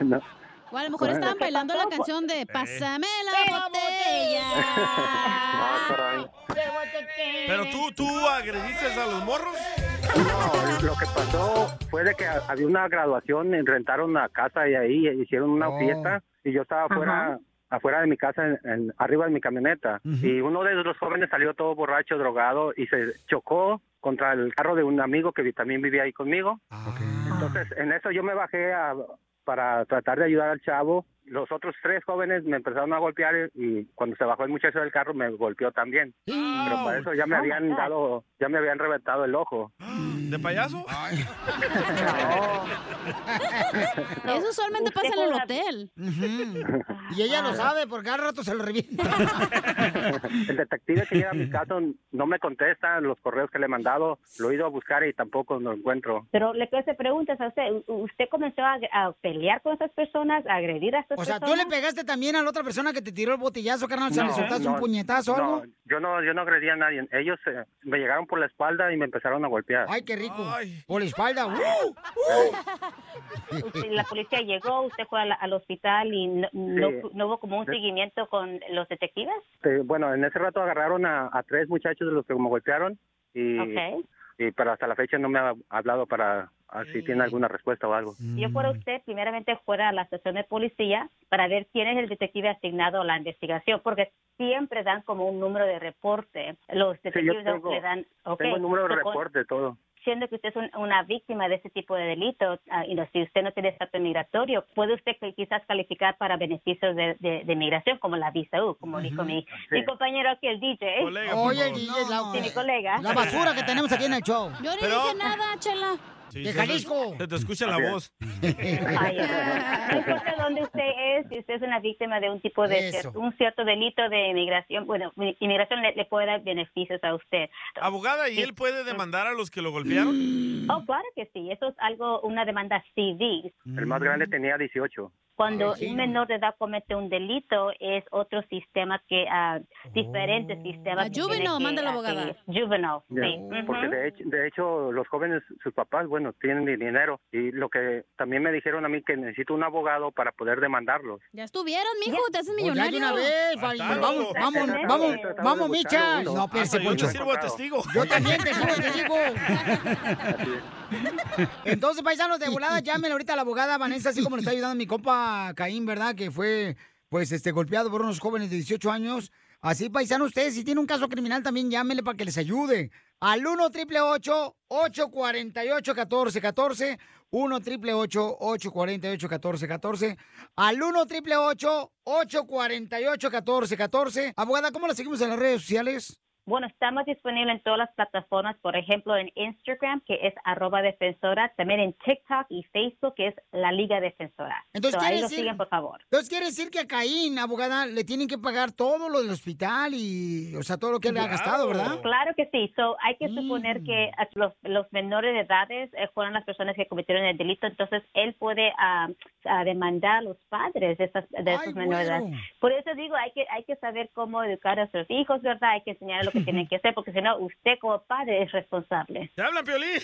[SPEAKER 17] no.
[SPEAKER 4] O a lo mejor estaban bailando la canción de Pásame la botella.
[SPEAKER 3] Pero tú, tú agrediste a los morros.
[SPEAKER 17] No, lo que pasó fue de que ha- había una graduación, y rentaron una casa y ahí hicieron una
[SPEAKER 18] Oh.
[SPEAKER 17] fiesta y yo estaba afuera,
[SPEAKER 18] Ajá.
[SPEAKER 17] afuera de mi casa, en, en- arriba de mi camioneta. Y uno de los jóvenes salió todo borracho, drogado y se chocó contra el carro de un amigo que vi- también vivía ahí conmigo. Entonces, en eso yo me bajé a- para tratar de ayudar al chavo. Los otros tres jóvenes me empezaron a golpear y cuando se bajó el muchacho del carro me golpeó también. Pero para eso ya me
[SPEAKER 3] Oh,
[SPEAKER 17] habían
[SPEAKER 3] my God.
[SPEAKER 17] dado, ya me habían reventado el ojo.
[SPEAKER 3] ¿De payaso?
[SPEAKER 4] Eso solamente pasa en el hotel.
[SPEAKER 1] Y ella lo sabe porque al rato se lo revienta.
[SPEAKER 17] El detective que lleva mi caso no me contesta los correos que le he mandado. Lo he ido a buscar y tampoco lo encuentro.
[SPEAKER 16] Pero le quiero hacer preguntas a usted. U- ¿Usted comenzó a, a pelear con esas personas, a agredir a esas
[SPEAKER 1] O sea,
[SPEAKER 16] personas?
[SPEAKER 1] ¿tú le pegaste también a la otra persona que te tiró el botellazo, carnal? O sea, ¿le
[SPEAKER 17] No,
[SPEAKER 1] soltaste un
[SPEAKER 17] no,
[SPEAKER 1] puñetazo o
[SPEAKER 17] no,
[SPEAKER 1] algo?
[SPEAKER 17] Yo no, yo no agredí a nadie. Ellos eh, me llegaron por la espalda y me empezaron a golpear.
[SPEAKER 1] Ay, qué rico. Por la espalda. ¡uh!
[SPEAKER 16] Usted- la policía llegó, usted fue a la- al hospital y no, no-
[SPEAKER 17] Sí.
[SPEAKER 16] no hubo como un
[SPEAKER 17] Sí.
[SPEAKER 16] seguimiento con los detectives.
[SPEAKER 17] Este, bueno, en ese rato agarraron a, a tres muchachos de los que me golpearon y,
[SPEAKER 16] Ok.
[SPEAKER 17] y pero hasta la fecha no me ha hablado para a ver si tiene alguna respuesta o algo.
[SPEAKER 16] Yo fuera
[SPEAKER 1] Mm.
[SPEAKER 16] usted, primeramente fuera a la estación de policía para ver quién es el detective asignado a la investigación, porque siempre dan como un número de reporte. Los
[SPEAKER 17] Sí, yo
[SPEAKER 16] detectives
[SPEAKER 17] tengo-
[SPEAKER 16] le dan... ok,
[SPEAKER 17] Tengo el número de
[SPEAKER 16] so con-
[SPEAKER 17] reporte, todo.
[SPEAKER 16] siendo que usted es un- una víctima de ese tipo de delito ah, y no- si usted no tiene estatus migratorio, puede usted que- quizás calificar para beneficios de, de, de migración como la visa U, como dijo mi, mi compañero aquí, el DJ.
[SPEAKER 1] Oye, el DJ, la,
[SPEAKER 16] Sí,
[SPEAKER 3] eh,
[SPEAKER 16] mi colega.
[SPEAKER 1] la basura que tenemos aquí en el show.
[SPEAKER 16] Yo no
[SPEAKER 1] Pero-
[SPEAKER 16] dije
[SPEAKER 4] nada, chela.
[SPEAKER 3] Sí,
[SPEAKER 1] De
[SPEAKER 3] se te-
[SPEAKER 1] Jalisco.
[SPEAKER 3] Se te escucha la voz.
[SPEAKER 16] Ay, ay, No importa dónde usted es, si usted es una víctima de un tipo de
[SPEAKER 3] Eso.
[SPEAKER 16] cier- un cierto delito de inmigración, bueno, mi- inmigración le, le puede dar beneficios a usted.
[SPEAKER 3] Abogada, ¿y él puede demandar a los que lo golpearon?
[SPEAKER 16] Oh, claro que sí, eso es algo, una demanda civil.
[SPEAKER 17] El más grande tenía 18.
[SPEAKER 16] Cuando
[SPEAKER 17] Ay, sí.
[SPEAKER 16] un menor de edad comete un delito, es otro sistema que, ah,
[SPEAKER 1] Oh.
[SPEAKER 16] diferentes sistemas.
[SPEAKER 4] A
[SPEAKER 16] que
[SPEAKER 4] juvenile,
[SPEAKER 16] tiene que,
[SPEAKER 4] manda la
[SPEAKER 16] ah,
[SPEAKER 4] abogada.
[SPEAKER 16] que- Juvenile,
[SPEAKER 17] Ya,
[SPEAKER 16] sí. ujú.
[SPEAKER 17] Porque de hecho, de hecho los jóvenes, sus papás, bueno, tienen di- dinero y lo que también me dijeron a mí que necesito un abogado para poder demandarlos.
[SPEAKER 4] Ya estuvieron, mijo, te haces
[SPEAKER 1] Pues ya de
[SPEAKER 4] millonario.
[SPEAKER 1] una vez, Fal- vamos, vamos, vamos, vamos, Micha. No, pero
[SPEAKER 2] Hasta
[SPEAKER 1] ese
[SPEAKER 2] yo
[SPEAKER 1] Poncho.
[SPEAKER 2] te sirvo de testigo.
[SPEAKER 1] Yo también te sirvo de testigo. Entonces, paisanos, de volada, llámenle ahorita a la abogada Vanessa, así como le está ayudando mi compa Caín, ¿verdad? Que fue, pues, este, golpeado por unos jóvenes de 18 años. Así, paisanos, ustedes, si tienen un caso criminal, también llámenle para que les ayude. Al 1 888 848 1414 1 888 848 1414 Al 1 888 848 1414 Abogada, ¿cómo la seguimos en las redes sociales?
[SPEAKER 16] Bueno, estamos disponibles en todas las plataformas, por ejemplo, en Instagram, que es arroba defensora, también en TikTok y Facebook, que es la Liga Defensora.
[SPEAKER 1] Entonces,
[SPEAKER 16] So,
[SPEAKER 1] quiere
[SPEAKER 16] ahí lo
[SPEAKER 1] decir-
[SPEAKER 16] siguen, por favor.
[SPEAKER 1] Entonces quiere decir que a Caín, abogada, le tienen que pagar todo lo del hospital y, o sea, todo lo que le ha gastado, ¿verdad? Mm.
[SPEAKER 16] Claro que sí. So, hay que suponer que a- los, los menores de edades eh, fueron las personas que cometieron el delito, entonces él puede ah, ah, demandar a los padres de, esas, de esos menores de edad.
[SPEAKER 8] güero.
[SPEAKER 16] Por eso digo, hay que, hay que saber cómo educar a nuestros hijos, ¿verdad? Hay que enseñar lo que tienen que hacer, porque si no, usted como padre es responsable.
[SPEAKER 3] ¿Te hablan, Piolín?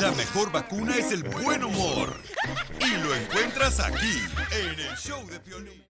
[SPEAKER 7] La mejor vacuna es el buen humor. Y lo encuentras aquí, en el show de Piolín.